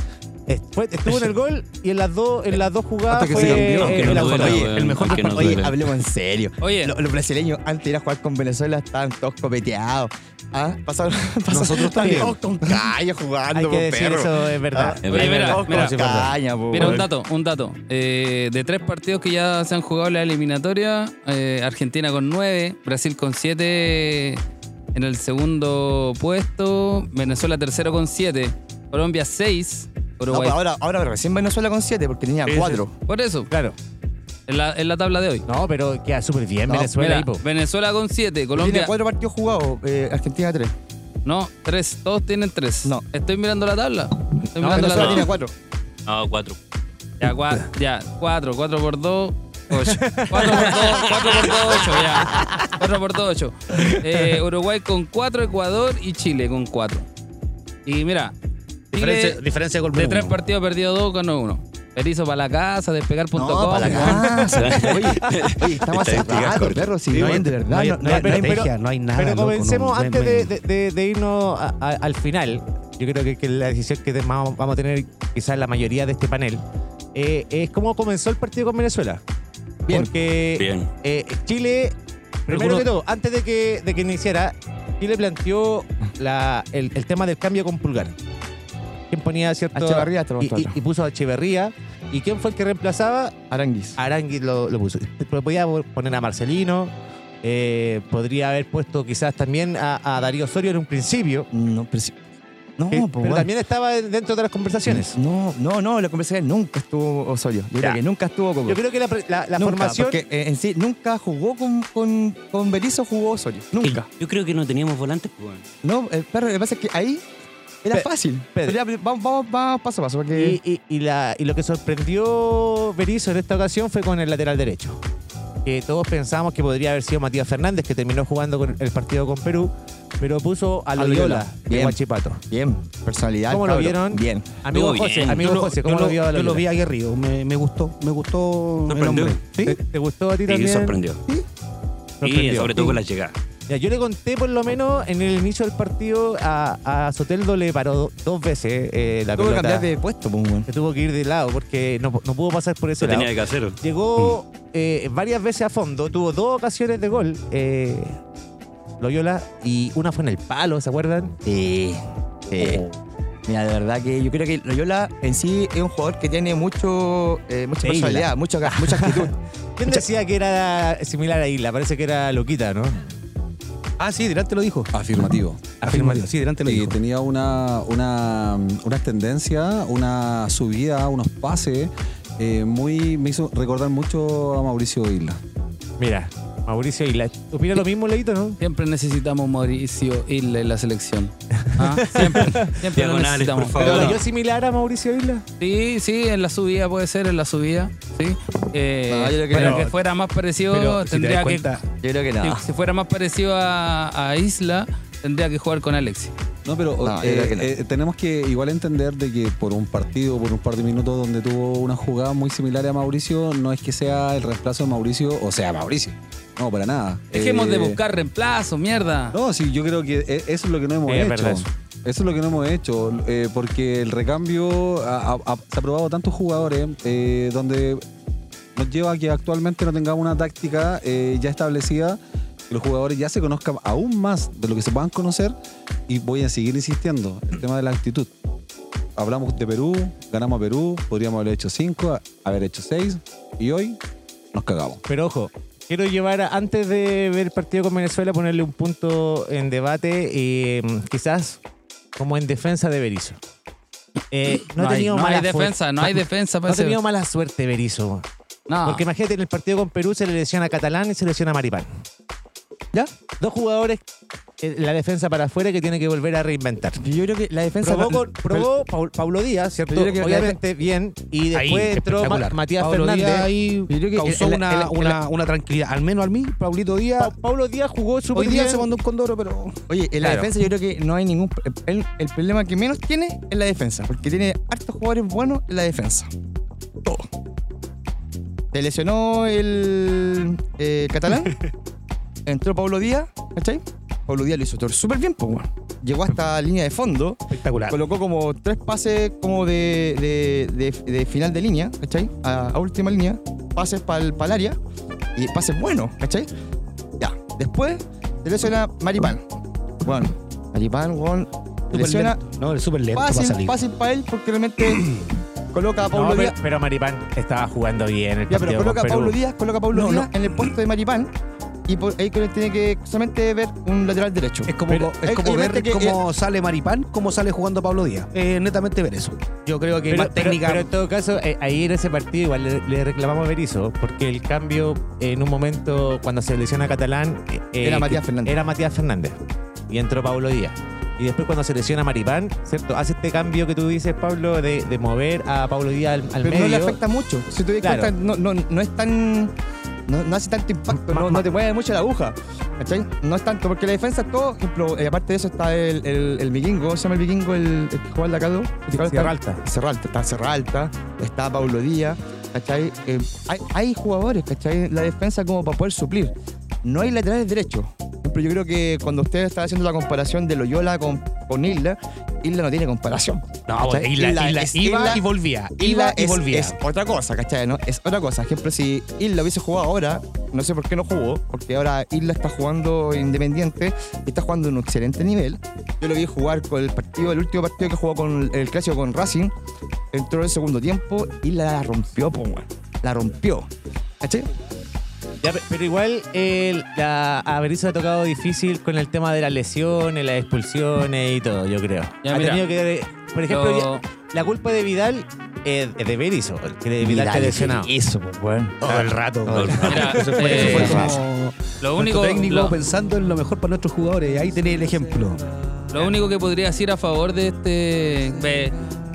Speaker 2: est- fue- estuvo en el gol y en las dos, en las dos jugadas
Speaker 5: Hasta que
Speaker 2: fue
Speaker 5: se cambió,
Speaker 2: eh,
Speaker 3: que no
Speaker 2: la
Speaker 3: duela,
Speaker 2: mejor.
Speaker 3: güey. Oye, el mejor que no
Speaker 6: Oye,
Speaker 3: duele.
Speaker 6: hablemos en serio.
Speaker 4: Oye.
Speaker 6: Lo- los brasileños antes de ir a jugar con Venezuela estaban todos copeteados. ¿Ah? Pasaron, pasaron
Speaker 5: Nosotros
Speaker 6: estaban
Speaker 5: también.
Speaker 6: Todos con caña jugando,
Speaker 2: hay
Speaker 6: po,
Speaker 2: que decir
Speaker 6: perro.
Speaker 2: eso, es verdad.
Speaker 6: Ah,
Speaker 3: verdad.
Speaker 6: eh,
Speaker 4: Mira,
Speaker 6: todos
Speaker 4: mira.
Speaker 6: con caña, po,
Speaker 4: Mira, un
Speaker 6: weón.
Speaker 4: dato, un dato. Eh, de tres partidos que ya se han jugado en la eliminatoria, eh, Argentina con nueve, Brasil con siete en el segundo puesto, Venezuela tercero con siete, Colombia seis,
Speaker 6: No,
Speaker 4: Uruguay.
Speaker 6: pues ahora, ahora recién Venezuela con 7 porque tenía
Speaker 2: Sí, sí.
Speaker 6: 4.
Speaker 4: Por eso,
Speaker 2: Claro.
Speaker 4: en la, en la tabla de hoy.
Speaker 2: No, pero queda súper bien
Speaker 6: No,
Speaker 2: Venezuela.
Speaker 4: Mira,
Speaker 2: hipo.
Speaker 4: Venezuela con siete,
Speaker 6: Tiene
Speaker 4: Colombia
Speaker 6: 4 partidos jugados, eh, Argentina 3.
Speaker 4: no, tres, todos tienen tres.
Speaker 6: No.
Speaker 4: Estoy mirando la tabla. Estoy mirando la
Speaker 6: Venezuela tiene
Speaker 4: tabla.
Speaker 6: 4.
Speaker 3: No, cuatro.
Speaker 4: Ya, cua- ya, cuatro, cuatro por dos, ocho. Cuatro por dos, cuatro por dos, ocho, ya. Cuatro por dos, ocho. Eh, Uruguay con cuatro, Ecuador y Chile con cuatro. Y mira,
Speaker 1: Diferencia,
Speaker 4: Chile
Speaker 1: diferencia de gol.
Speaker 4: de
Speaker 1: por
Speaker 4: tres
Speaker 1: uno.
Speaker 4: partidos perdido dos, ganó uno. Perizo para la casa, despegar.com.
Speaker 6: No, para la casa. Oye, oye, estamos hace
Speaker 3: Estadísticas
Speaker 6: rato,
Speaker 3: cortas.
Speaker 6: perro. Si
Speaker 1: Sí,
Speaker 6: no,
Speaker 1: bueno,
Speaker 6: de verdad.
Speaker 1: hay-
Speaker 6: no-
Speaker 1: no hay
Speaker 6: no- no-
Speaker 1: estrategia, no hay
Speaker 6: Ah,
Speaker 1: nada.
Speaker 2: Pero
Speaker 1: loco,
Speaker 2: comencemos
Speaker 1: no, me-
Speaker 2: antes
Speaker 1: me-
Speaker 2: de, de- de- de irnos a- a- al final. Yo creo que, que la decisión que vamos vamos a tener quizás la mayoría de este panel eh, es cómo comenzó el partido con Venezuela.
Speaker 6: Bien.
Speaker 2: Porque
Speaker 3: Bien.
Speaker 2: eh, Chile, primero
Speaker 3: Algunos-
Speaker 2: que todo, antes de que, de que iniciara, Chile planteó la- el, el tema del cambio con Pulgar. ¿Quién ponía cierto...?
Speaker 6: Echevarría hasta
Speaker 2: y, y- y puso a Echeverría. ¿Y quién fue el que reemplazaba?
Speaker 6: Aranguis.
Speaker 2: Arangui lo, lo puso. Pero Podía poner a Marcelino. eh, podría haber puesto quizás también a, a Darío Osorio en un principio.
Speaker 6: No, pero si- No,
Speaker 2: que-
Speaker 6: pues,
Speaker 2: Eh, pero
Speaker 6: weón.
Speaker 2: también estaba dentro de las conversaciones.
Speaker 6: No, no, no, la conversación nunca estuvo Osorio. Yo creo
Speaker 2: Ya.
Speaker 6: que nunca estuvo Coco.
Speaker 2: Yo creo que la, pre- la- la
Speaker 6: Nunca,
Speaker 2: formación.
Speaker 6: Porque eh, en sí nunca jugó con, con, con Berizzo, jugó Osorio. Nunca.
Speaker 3: Yo creo que no teníamos volantes. pues, bueno.
Speaker 6: No, el perro, lo que pasa es que ahí era
Speaker 2: Pe-
Speaker 6: fácil.
Speaker 2: Pedro.
Speaker 6: Pero ya, vamos, vamos, vamos paso a paso. Porque
Speaker 2: Y, y- y la- y lo que sorprendió Berizzo en esta ocasión fue con el lateral derecho. Que todos pensamos que podría haber sido Matías Fernández, que terminó jugando con el partido con Perú, pero puso a
Speaker 6: Loyola.
Speaker 2: Loyola de
Speaker 6: Bien.
Speaker 2: Guachipato.
Speaker 6: bien, personalidad.
Speaker 2: ¿Cómo lo
Speaker 6: cabrón.
Speaker 2: vieron?
Speaker 6: Bien.
Speaker 2: Amigo
Speaker 3: Estuvo
Speaker 2: José,
Speaker 3: bien.
Speaker 2: amigo
Speaker 1: Yo lo-
Speaker 2: José,
Speaker 1: yo
Speaker 2: ¿cómo lo,
Speaker 1: lo-
Speaker 2: vio a
Speaker 1: Yo lo vi
Speaker 2: Loyola?
Speaker 1: aguerrido. Me, me gustó, me gustó el
Speaker 3: Sorprendió.
Speaker 1: hombre. Sí.
Speaker 2: ¿Te, te gustó a ti
Speaker 3: Sí,
Speaker 2: también?
Speaker 3: sorprendió. Y
Speaker 2: Sorprendió.
Speaker 3: sobre todo con la llegada.
Speaker 2: Ya, yo le conté por lo menos en el inicio del partido a, a Soteldo le paró do- dos veces eh, la
Speaker 6: Tuvo que
Speaker 2: pelota.
Speaker 6: cambiar de puesto, pues, weón.
Speaker 2: Se tuvo que ir de lado porque no, no pudo pasar por ese
Speaker 3: Eso tenía
Speaker 2: lado.
Speaker 3: que Mm. hacer.
Speaker 2: Llegó eh, varias veces a fondo, tuvo dos ocasiones de gol eh, Loyola y una fue en el palo, ¿se acuerdan?
Speaker 6: Sí, sí. Mira, de verdad que yo creo que Loyola en sí es un jugador que tiene mucho, eh, mucha
Speaker 2: De
Speaker 6: personalidad, mucha, mucha actitud.
Speaker 2: ¿Quién decía que era similar a Isla? Parece que era Loquita, ¿no?
Speaker 1: Ah, sí, delante lo dijo.
Speaker 5: Afirmativo.
Speaker 1: Afirmativo. Sí, delante lo
Speaker 5: Y
Speaker 1: dijo.
Speaker 5: tenía una, una, una tendencia, una subida, unos pases. eh, muy, me hizo recordar mucho a Mauricio Isla.
Speaker 2: Mira, Mauricio Isla. ¿Opina lo mismo, Leito, no?
Speaker 4: Siempre necesitamos Mauricio Isla en la selección. Ah, Siempre, siempre lo
Speaker 3: Diagonales,
Speaker 4: necesitamos.
Speaker 3: por favor.
Speaker 2: ¿Pero
Speaker 3: Pero
Speaker 2: la
Speaker 3: no.
Speaker 2: yo similar a Mauricio Isla?
Speaker 4: Sí, sí, en la subida puede ser, en la subida. Sí. Eh,
Speaker 6: No, yo creo que
Speaker 4: para
Speaker 6: no.
Speaker 4: que fuera más parecido,
Speaker 1: Pero si te
Speaker 4: tendría
Speaker 1: das
Speaker 4: que.
Speaker 1: cuenta,
Speaker 6: Yo creo que no.
Speaker 4: si, si fuera más parecido a, a Isla, tendría que jugar con Alexis.
Speaker 5: No, pero
Speaker 6: No, yo
Speaker 5: eh,
Speaker 6: creo que no.
Speaker 5: eh, tenemos que igual entender de que por un partido, por un par de minutos donde tuvo una jugada muy similar a Mauricio, no es que sea el reemplazo de Mauricio o sea Mauricio. No, para nada.
Speaker 4: Dejemos
Speaker 5: Eh,
Speaker 4: de buscar reemplazo, mierda.
Speaker 5: No, sí, yo creo que e- eso es lo que no hemos
Speaker 2: Sí, es
Speaker 5: hecho.
Speaker 2: verdad eso.
Speaker 5: eso. es lo que no hemos hecho, eh, porque el recambio ha, ha- ha- se ha probado tantos jugadores eh, donde nos lleva a que actualmente no tengamos una táctica eh, ya establecida, que los jugadores ya se conozcan aún más de lo que se puedan conocer y voy a seguir insistiendo, el tema de la actitud. Hablamos de Perú, ganamos a Perú, podríamos haber hecho 5, haber hecho 6 y hoy nos cagamos.
Speaker 2: Pero ojo, quiero llevar, a- antes de ver el partido con Venezuela, ponerle un punto en debate y mm, quizás como en defensa de Berizzo. Eh, no, ha
Speaker 4: hay-
Speaker 2: tenido
Speaker 4: no hay
Speaker 2: mala fuer-
Speaker 4: defensa, no hay defensa Ah.
Speaker 2: No
Speaker 4: para
Speaker 2: ha
Speaker 4: ese-
Speaker 2: tenido mala suerte Berizzo.
Speaker 4: No.
Speaker 2: Porque imagínate, en el partido con Perú se le lesiona a Catalán y se lesiona a Maripán. ¿Ya? Dos jugadores, eh, la defensa para afuera que tiene que volver a reinventar.
Speaker 6: Yo creo que la defensa.
Speaker 2: Probó, con- probó Paul- Paulo Díaz, ¿cierto?
Speaker 6: Yo creo que la-
Speaker 2: Obviamente, bien. Y
Speaker 1: Ahí,
Speaker 2: después entró Ma-
Speaker 1: espectacular.
Speaker 2: Matías
Speaker 1: Pablo
Speaker 2: Fernández.
Speaker 1: Díaz ahí
Speaker 6: creo que
Speaker 1: causó
Speaker 6: el- el-
Speaker 1: una,
Speaker 6: el-
Speaker 1: una- una tranquilidad. Al menos a mí, Paulito Díaz.
Speaker 2: Pa- Paulo Díaz jugó súper
Speaker 1: hoy día
Speaker 2: bien.
Speaker 1: se mandó un condoro, pero.
Speaker 6: Oye, en la
Speaker 2: Claro.
Speaker 6: defensa yo creo que no hay ningún. El, el problema que menos tiene es la defensa, porque tiene hartos jugadores buenos en la defensa. Todo. Se lesionó el eh, catalán, entró Pablo Díaz, ¿cachai? Pablo Díaz lo hizo todo súper bien, pues, weón. Llegó hasta línea de fondo,
Speaker 1: Espectacular.
Speaker 6: colocó como tres pases como de, de- de- de final de línea, ¿cachai? A, a última línea, pases para el área y pases buenos, ¿cachai? Ya. Después se lesiona Maripán. Bueno, Maripán, weón, se lesiona
Speaker 1: No, es súper lento para
Speaker 6: fácil,
Speaker 1: salir.
Speaker 6: fácil para él porque realmente coloca a
Speaker 2: No,
Speaker 6: Pablo
Speaker 2: pero,
Speaker 6: Díaz.
Speaker 2: pero Maripán estaba jugando bien el
Speaker 6: Ya,
Speaker 2: partido
Speaker 6: pero coloca a
Speaker 2: con Perú.
Speaker 6: Pablo Díaz, coloca a Pablo
Speaker 1: No,
Speaker 6: Díaz en el puesto de Maripán y por ahí que tiene que solamente ver un lateral derecho.
Speaker 1: Es como,
Speaker 2: Pero-
Speaker 1: es
Speaker 6: es-
Speaker 1: como
Speaker 6: obviamente
Speaker 1: ver
Speaker 6: que- eh,
Speaker 1: cómo sale Maripán, cómo sale jugando Pablo Díaz. Eh, netamente ver eso. Yo creo que
Speaker 2: Pero,
Speaker 1: más
Speaker 2: pero-
Speaker 1: técnica.
Speaker 2: pero en todo caso, eh, ahí en ese partido igual le, le reclamamos a Berizzo, porque el cambio eh, en un momento cuando se lesiona Catalán eh, eh,
Speaker 6: Era Matías
Speaker 2: que-
Speaker 6: Fernández.
Speaker 2: Era Matías Fernández. Y entró Pablo Díaz. Y después cuando se lesiona Maripán, ¿cierto? Hace este cambio que tú dices, Pablo, de, de mover a Pablo Díaz al, al
Speaker 6: pero
Speaker 2: medio.
Speaker 6: no le afecta mucho. Si te das
Speaker 2: Claro.
Speaker 6: cuenta, no, no, no es tan. No, no hace tanto impacto,
Speaker 2: Ma-
Speaker 6: no,
Speaker 2: ma-
Speaker 6: no te mueve mucho la aguja. ¿Cachai? No es tanto, porque la defensa es todo. Por ejemplo, eh, aparte de eso está el, el, el vikingo, ¿cómo se llama el vikingo? El, el que juega en la Calo.
Speaker 2: Sierralta.
Speaker 6: Cerralta, está Cerralta, está Paulo Díaz, ¿cachai? Eh, hay, hay jugadores, ¿cachai? En la defensa como para poder suplir. No hay laterales derechos. Pero yo creo que cuando ustedes están haciendo la comparación de Loyola con, con Isla, Isla no tiene comparación.
Speaker 1: no,
Speaker 6: ¿cachai?
Speaker 1: Isla, Isla,
Speaker 6: es-
Speaker 1: iba
Speaker 6: Isla-
Speaker 1: y volvía. Iba
Speaker 6: Isla
Speaker 1: y
Speaker 6: es,
Speaker 1: volvía.
Speaker 6: es otra cosa, ¿cachai? ¿no? Es otra cosa. Ejemplo, si Isla hubiese jugado ahora, no sé por qué no jugó, porque ahora Isla está jugando independiente y está jugando en un excelente nivel. Yo lo vi jugar con el partido, el último partido que jugó con el clásico con Racing, entró en el segundo tiempo y la rompió, po, weón. La rompió. ¿Cachai?
Speaker 2: Ya, pe- pero igual el- la, a Berizzo le ha tocado difícil con el tema de las lesiones, las expulsiones y todo, yo creo.
Speaker 4: Ya,
Speaker 2: ha
Speaker 4: mira.
Speaker 2: tenido que... Por ejemplo,
Speaker 4: Lo-
Speaker 2: ya- La culpa de Vidal es es de Berizzo, que de Vidal está lesionado.
Speaker 1: Eso, pues, bueno. Todo el rato.
Speaker 3: Todo el rato.
Speaker 4: Mira, eh,
Speaker 1: Eso fue
Speaker 6: rato.
Speaker 1: como
Speaker 4: lo
Speaker 1: nuestro
Speaker 4: único,
Speaker 1: técnico
Speaker 4: lo-
Speaker 1: pensando en lo mejor para nuestros jugadores. Ahí tenés el ejemplo.
Speaker 4: Lo único que podría decir a favor de este be-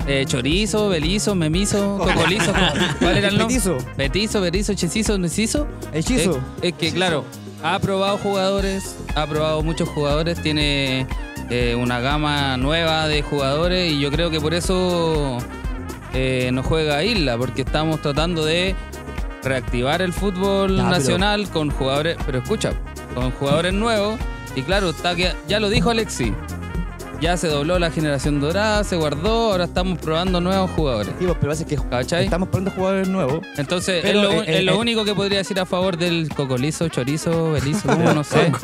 Speaker 4: eh, chorizo, belizo, memizo, cocolizo, co- ¿cuál era el nombre?
Speaker 6: Petizo.
Speaker 4: Petizo, berizo, hechizo, necizo.
Speaker 6: Hechizo.
Speaker 1: Eh,
Speaker 4: Es, es que claro, ha probado jugadores, ha probado muchos jugadores, tiene eh, una gama nueva de jugadores y yo creo que por eso eh, no juega Isla, porque estamos tratando de reactivar el fútbol
Speaker 1: Ya, pero-
Speaker 4: nacional con jugadores, pero escucha, con jugadores nuevos y claro, está que ya lo dijo Alexi. Ya se dobló la generación dorada, se guardó, ahora estamos probando nuevos jugadores.
Speaker 6: Sí, pues, pero parece que
Speaker 4: ¿Cachai?
Speaker 6: estamos poniendo jugadores nuevos.
Speaker 4: Entonces,
Speaker 6: Pero,
Speaker 4: es lo,
Speaker 6: eh, eh,
Speaker 4: es lo
Speaker 6: eh.
Speaker 4: único que podría decir a favor del cocolizo, chorizo, belizo, como no
Speaker 2: Ya
Speaker 4: sé. Ya creo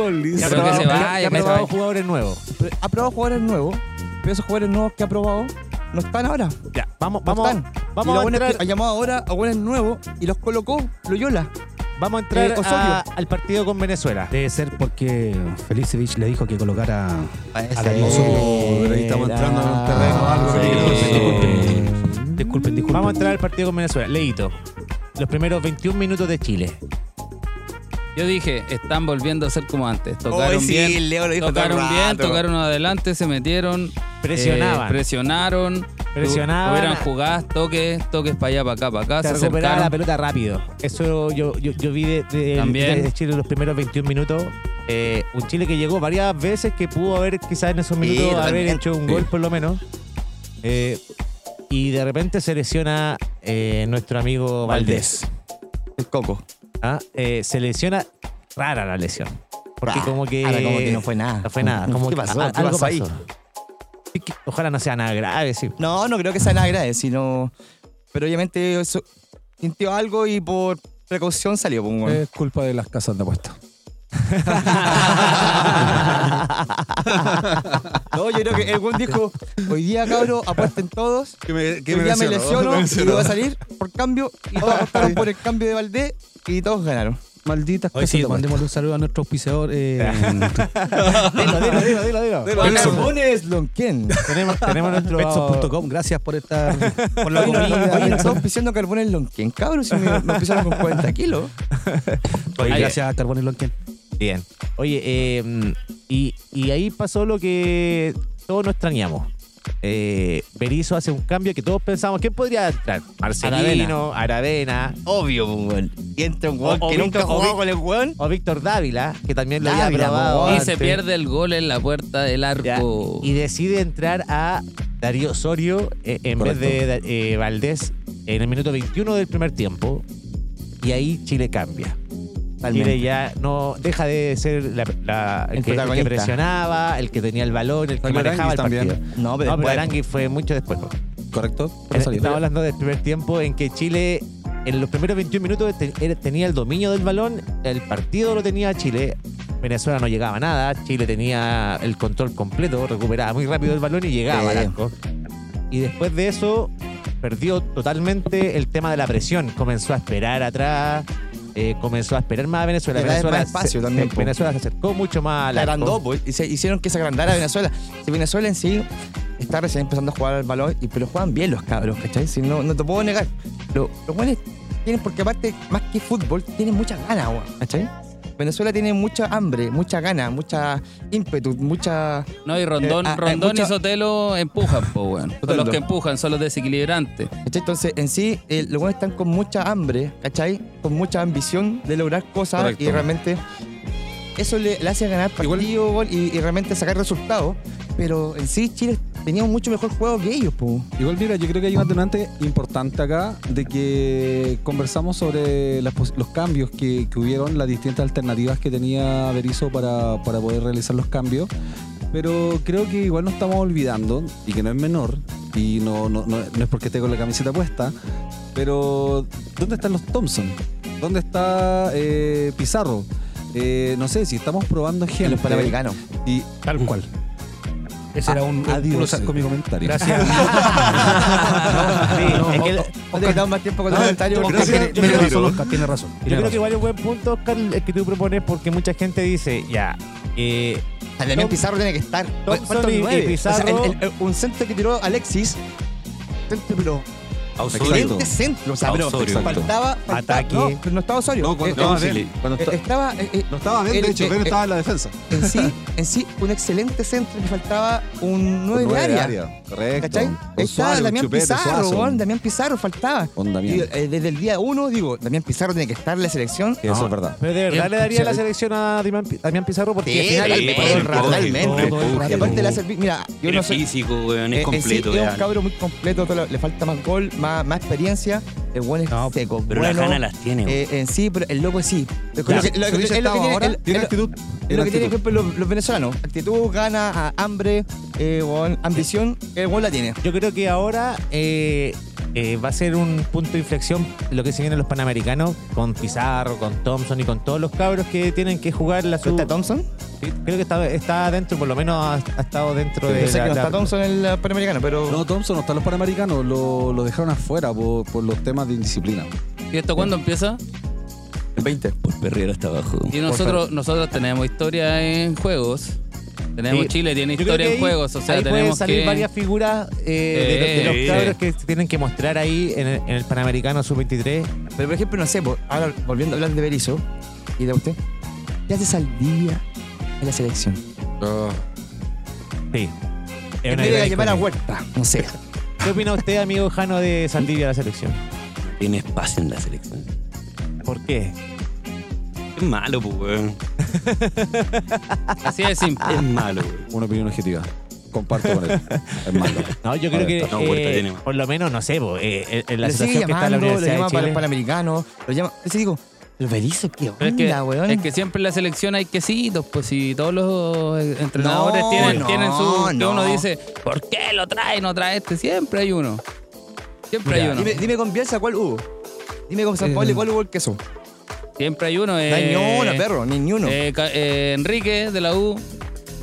Speaker 4: que
Speaker 2: probado-
Speaker 4: se vaya,
Speaker 2: ya- ya
Speaker 4: que se
Speaker 2: probado
Speaker 4: vaya.
Speaker 2: jugadores nuevos.
Speaker 6: Pero Ha probado jugadores nuevos, pero esos jugadores nuevos que ha probado no están ahora.
Speaker 2: Ya, vamos,
Speaker 6: No
Speaker 2: vamos,
Speaker 6: están. Y
Speaker 2: vamos
Speaker 6: lo
Speaker 2: a
Speaker 6: bueno es que
Speaker 2: entrar,
Speaker 6: ha llamado ahora a buenos nuevos y los colocó Loyola.
Speaker 2: vamos a entrar
Speaker 6: eh, Osorio.
Speaker 2: a- al partido con Venezuela.
Speaker 1: Debe ser porque Felicevich le dijo que colocara.
Speaker 6: Parece
Speaker 1: a Darius.
Speaker 5: Oh, pero ahí estamos entrando en un terreno, algo
Speaker 3: que-
Speaker 1: Disculpen, disculpen, disculpen.
Speaker 2: Vamos a entrar al partido con Venezuela. Leito, los primeros 21 minutos de Chile.
Speaker 4: Yo dije, están volviendo a ser como antes. Tocaron
Speaker 7: Hoy Oh, sí,
Speaker 4: bien,
Speaker 7: el Leo lo dijo todo el
Speaker 4: tocaron bien,
Speaker 7: rato.
Speaker 4: tocaron adelante, se metieron.
Speaker 2: Presionaban.
Speaker 4: eh, presionaron.
Speaker 2: Presionaban.
Speaker 4: Hubieran jugadas, toques, toques para allá, para acá, para acá.
Speaker 2: Se
Speaker 4: Se
Speaker 2: recuperaba la
Speaker 4: acercaron.
Speaker 2: pelota rápido. Eso yo, yo, yo vi de, de-
Speaker 4: También.
Speaker 2: de Chile los primeros 21 minutos. Eh, un Chile que llegó varias veces, que pudo haber quizás en esos minutos haber
Speaker 7: totalmente.
Speaker 2: hecho un gol por lo menos. Eh, y de repente se lesiona eh, nuestro amigo Valdés.
Speaker 6: El coco.
Speaker 2: ¿ah? Eh, se lesiona rara la lesión. Porque
Speaker 6: Ah,
Speaker 2: como que...
Speaker 6: ahora como que no fue nada.
Speaker 2: No fue nada.
Speaker 6: No,
Speaker 2: Como
Speaker 6: ¿qué
Speaker 2: que
Speaker 6: pasó?
Speaker 2: a-
Speaker 6: ¿Qué
Speaker 2: algo
Speaker 6: pasó ahí?
Speaker 2: Sí, que Ojalá no sea nada grave, sí.
Speaker 6: No, no creo que sea nada grave, sino. Pero obviamente eso- sintió algo y por precaución salió, pues, weón.
Speaker 5: Es culpa de las casas de apuesta.
Speaker 6: No, yo creo que el buen dijo: Hoy día, cabro, apuesten todos.
Speaker 5: Que me,
Speaker 6: Hoy día me lesiono y voy a salir por cambio. Y todos apostaron por el cambio de Valdés y todos ganaron.
Speaker 5: Malditas
Speaker 1: Hoy
Speaker 5: casas
Speaker 1: sí,
Speaker 5: de apuesta.
Speaker 1: mandemos un saludo a nuestro auspiciador. eh,
Speaker 2: dilo, dilo, dilo, dilo, dilo.
Speaker 6: Carbones Lonquén.
Speaker 2: Tenemos, tenemos nuestro...
Speaker 1: Petsos.com, gracias por estar por la
Speaker 6: Oye, no,
Speaker 1: comida.
Speaker 6: oye, nos estamos pisando Carbones Lonquén, cabro. Si me, me pisaron con 40 kilos.
Speaker 1: Oye,
Speaker 2: Oye,
Speaker 1: gracias a Carbone Lonquén.
Speaker 2: Bien. Oye, eh, mm, y, y ahí pasó lo que todos nos extrañamos. Eh, Berizzo hace un cambio que todos pensamos, ¿quién podría entrar? Marcelino, Aravena,
Speaker 7: Obvio, pues, weón.
Speaker 6: Y entra un weón
Speaker 2: O- o
Speaker 6: que nunca
Speaker 2: Víctor- o
Speaker 6: jugó
Speaker 2: Víc-
Speaker 6: con el weón.
Speaker 2: o Víctor Dávila, que también lo había
Speaker 6: Dávila,
Speaker 2: probado.
Speaker 6: po,
Speaker 4: Y
Speaker 2: antes.
Speaker 4: se pierde el gol en la puerta del
Speaker 2: Ya.
Speaker 4: arco.
Speaker 2: Y decide entrar a Darío Osorio eh, en vez de eh, Valdés en el minuto 21 del primer tiempo. Y ahí Chile cambia. Chile ya no deja de ser la- la- el,
Speaker 6: El
Speaker 2: que, el que
Speaker 6: protagonista.
Speaker 2: presionaba, el que tenía el balón, el que
Speaker 5: Salió
Speaker 2: manejaba el
Speaker 5: Aranguis
Speaker 2: partido.
Speaker 5: también.
Speaker 6: No, pero
Speaker 2: No, pero
Speaker 6: después-
Speaker 2: Arangui fue mucho después. po.
Speaker 5: ¿Correcto? Pero salió.
Speaker 2: Estamos hablando del primer tiempo en que Chile, en los primeros 21 minutos, te- era- tenía el dominio del balón, el partido lo tenía Chile, Venezuela no llegaba a nada, Chile tenía el control completo, recuperaba muy rápido el balón y llegaba
Speaker 6: Sí.
Speaker 2: al arco. Y después de eso, perdió totalmente el tema de la presión, comenzó a esperar atrás. eh, comenzó a esperar más a Venezuela.
Speaker 6: Le da
Speaker 2: Venezuela,
Speaker 6: más espacio
Speaker 2: se,
Speaker 6: también,
Speaker 2: se-
Speaker 6: po.
Speaker 2: Venezuela se acercó mucho más al
Speaker 6: la agrandó,
Speaker 2: arco.
Speaker 6: pues, y se hicieron que se agrandara Venezuela. Si Venezuela en sí está recién empezando a jugar al balón, y, pero juegan bien los cabros, ¿cachai? Si no, no te puedo negar. Lo- los buenos tienen, porque aparte, más que fútbol, tienen muchas ganas, weón, ¿cachai? Venezuela tiene mucha hambre, mucha gana, mucha ímpetu, mucha.
Speaker 4: No, y Rondón,
Speaker 6: Eh, ah, hay
Speaker 4: Rondón
Speaker 6: mucho-
Speaker 4: y Sotelo empujan, po, weón. Son los
Speaker 6: Sotelo.
Speaker 4: que empujan, son los desequilibrantes.
Speaker 6: ¿cachai? Entonces, en sí, eh, los buenos están con mucha hambre, ¿cachai? Con mucha ambición de lograr cosas
Speaker 5: Correcto.
Speaker 6: y realmente. Eso le, le hace ganar
Speaker 5: Igual-
Speaker 6: partido gol, y, y realmente sacar resultados. Pero en sí, Chile tenía un mucho mejor juego que ellos, pues.
Speaker 5: Igual, mira, yo creo que hay un atenuante importante acá de que conversamos sobre las pos- los cambios que, que hubieron, las distintas alternativas que tenía Berizzo para, para poder realizar los cambios. Pero creo que igual no estamos olvidando, y que no es menor, y no, no, no- no es porque esté con la camiseta puesta, pero ¿dónde están los Thompson? ¿Dónde está eh, Pizarro? Eh, no sé, si estamos probando
Speaker 6: Que
Speaker 5: gente.
Speaker 6: los panamericanos.
Speaker 5: Y
Speaker 1: Tal cual. Ese era un.
Speaker 5: adiós
Speaker 1: un-
Speaker 5: con mi comentario.
Speaker 1: Gracias.
Speaker 2: Sí, es que-
Speaker 6: Ah, No te quedamos más tiempo con los comentarios.
Speaker 1: Oscar,
Speaker 6: porque-
Speaker 1: tiene- tiene razón, Oscar, tiene razón.
Speaker 2: Yo creo que vale un buen punto, Oscar, el que tú propones, porque mucha gente dice, ya, eh,
Speaker 6: También Pizarro tiene que estar.
Speaker 2: Thompson
Speaker 6: Faltan
Speaker 2: y- y
Speaker 6: nueve.
Speaker 2: Pizarro.
Speaker 6: O sea, el- el- un centro que tiró Alexis. Centro, pero.
Speaker 3: Ausolio.
Speaker 6: Excelente centro. O sea, pero
Speaker 3: Osorio.
Speaker 6: faltaba. faltaba-
Speaker 2: Ataque.
Speaker 6: No, pero no estaba Osorio.
Speaker 5: No, cuando,
Speaker 6: Eh,
Speaker 5: no,
Speaker 6: eh,
Speaker 5: Abel, cuando
Speaker 6: eh,
Speaker 5: está-
Speaker 6: estaba. eh, eh,
Speaker 5: no estaba bien,
Speaker 6: el-
Speaker 5: de hecho,
Speaker 6: eh,
Speaker 5: Ben
Speaker 6: eh,
Speaker 5: estaba en la defensa.
Speaker 6: en sí, en sí, un excelente centro que faltaba un 9
Speaker 5: Nueve
Speaker 6: de área.
Speaker 5: Correcto.
Speaker 6: ¿Cachai? Ahí está
Speaker 5: Osuario,
Speaker 6: Damián
Speaker 5: Chupete,
Speaker 6: Pizarro,
Speaker 5: Suazo.
Speaker 6: weón, Damián Pizarro faltaba.
Speaker 5: Con
Speaker 6: Y,
Speaker 5: Damián.
Speaker 6: eh, desde el día uno, digo, Damián Pizarro tiene que estar en la selección.
Speaker 5: Sí, eso es verdad.
Speaker 2: pero de verdad le daría la selección a Damián Pi- Damián Pizarro porque
Speaker 6: Sí,
Speaker 2: al final-
Speaker 6: totalmente,
Speaker 3: el empuje,
Speaker 6: totalmente.
Speaker 3: todo el
Speaker 6: Y
Speaker 3: empuje.
Speaker 6: aparte le hace el- Mira, yo
Speaker 3: Tiene
Speaker 6: no sé.
Speaker 3: físico, weón,
Speaker 6: eh,
Speaker 3: es
Speaker 6: en
Speaker 3: completo.
Speaker 6: sí, es un
Speaker 3: weón.
Speaker 6: cabro muy completo, todo lo- le falta más gol, más, más experiencia. El buen es
Speaker 1: No,
Speaker 6: seco.
Speaker 3: pero
Speaker 6: bueno,
Speaker 3: la gana las tiene, weón.
Speaker 6: eh, En sí, pero el loco sí.
Speaker 5: Ya,
Speaker 6: Es lo que-
Speaker 5: se
Speaker 6: lo que-
Speaker 5: dice
Speaker 6: es lo que
Speaker 5: estamos
Speaker 6: tiene-
Speaker 5: ahora,
Speaker 6: el-
Speaker 5: tiene
Speaker 6: el-
Speaker 5: actitud.
Speaker 6: es
Speaker 5: tiene
Speaker 6: lo que tienen
Speaker 5: actitud.
Speaker 6: ejemplo los, los venezolanos. Actitud, gana, ah, hambre, eh, weón, ambición. El buen la tiene.
Speaker 2: Yo creo que ahora eh, eh, va a ser un punto de inflexión lo que se viene en los Panamericanos con Pizarro, con Thompson y con todos los cabros que tienen que jugar la
Speaker 6: ¿No
Speaker 2: sub.
Speaker 6: está Thompson?
Speaker 2: Creo que está, está dentro, por lo menos ha, ha estado dentro de
Speaker 6: Yo sé
Speaker 2: Pues, la-
Speaker 6: que no
Speaker 2: la-
Speaker 6: está Thompson en el Panamericano, pero.
Speaker 5: No, Thompson no está en los panamericanos, lo, lo dejaron afuera por, por los temas de indisciplina.
Speaker 4: ¿Y esto cuándo empieza?
Speaker 6: el 20.
Speaker 3: Por perrera hasta abajo.
Speaker 4: Y nosotros, nosotros tenemos historia en juegos. Tenemos
Speaker 2: Sí.
Speaker 4: Chile, tiene
Speaker 2: Yo creo
Speaker 4: historia
Speaker 2: que
Speaker 4: en
Speaker 2: ahí-
Speaker 4: juegos. O sea,
Speaker 2: ahí pueden
Speaker 4: tenemos
Speaker 2: salir
Speaker 4: que.
Speaker 2: varias figuras eh, de, los- de
Speaker 3: Sí.
Speaker 2: los cabros que se tienen que mostrar ahí en el, en el Panamericano Sub-23.
Speaker 6: Pero por ejemplo, no sé, po, ahora volviendo a hablar de Berizzo y de usted, haces al día en la selección?
Speaker 5: Oh.
Speaker 2: Sí. Es
Speaker 6: En
Speaker 2: una
Speaker 6: vez de
Speaker 2: gran
Speaker 6: llevar
Speaker 2: historia.
Speaker 6: a Huerta, no sé.
Speaker 2: ¿Qué opina usted, amigo Jano de Saldivia de la selección?
Speaker 3: Tiene espacio en la selección.
Speaker 2: ¿Por qué?
Speaker 3: Es malo, pues, weón.
Speaker 4: Así de
Speaker 6: Ah,
Speaker 4: simple.
Speaker 3: Es malo, weón.
Speaker 5: Una opinión objetiva. Comparto con él. Es malo.
Speaker 2: No, yo creo que
Speaker 3: No,
Speaker 2: eh,
Speaker 3: Huerta tiene más.
Speaker 2: por lo menos, no sé, po, eh, eh, en la
Speaker 6: lo sigue
Speaker 2: situación que está la
Speaker 6: llamando, lo
Speaker 2: Universidad de
Speaker 6: llama para
Speaker 2: Chile.
Speaker 6: el Panamericano, lo llama. Entonces digo, ¿los Berizos qué onda,
Speaker 4: Pero es que,
Speaker 6: weón?
Speaker 4: es que siempre en la selección hay quesitos, pues si todos los eh, entrenadores
Speaker 6: No,
Speaker 4: tienen,
Speaker 6: no,
Speaker 4: tienen su. que
Speaker 6: no.
Speaker 4: Uno dice, ¿por qué lo trae, no trae este? Siempre hay uno. Siempre hay uno.
Speaker 6: dime, dime con Bielsa cuál hubo. Dime con
Speaker 1: Eh,
Speaker 6: San Pablo cuál hubo el queso.
Speaker 4: Siempre hay uno. Eh,
Speaker 6: No hay ni uno, perro, ni, ni uno.
Speaker 4: eh, Ca- eh, Enrique de la U.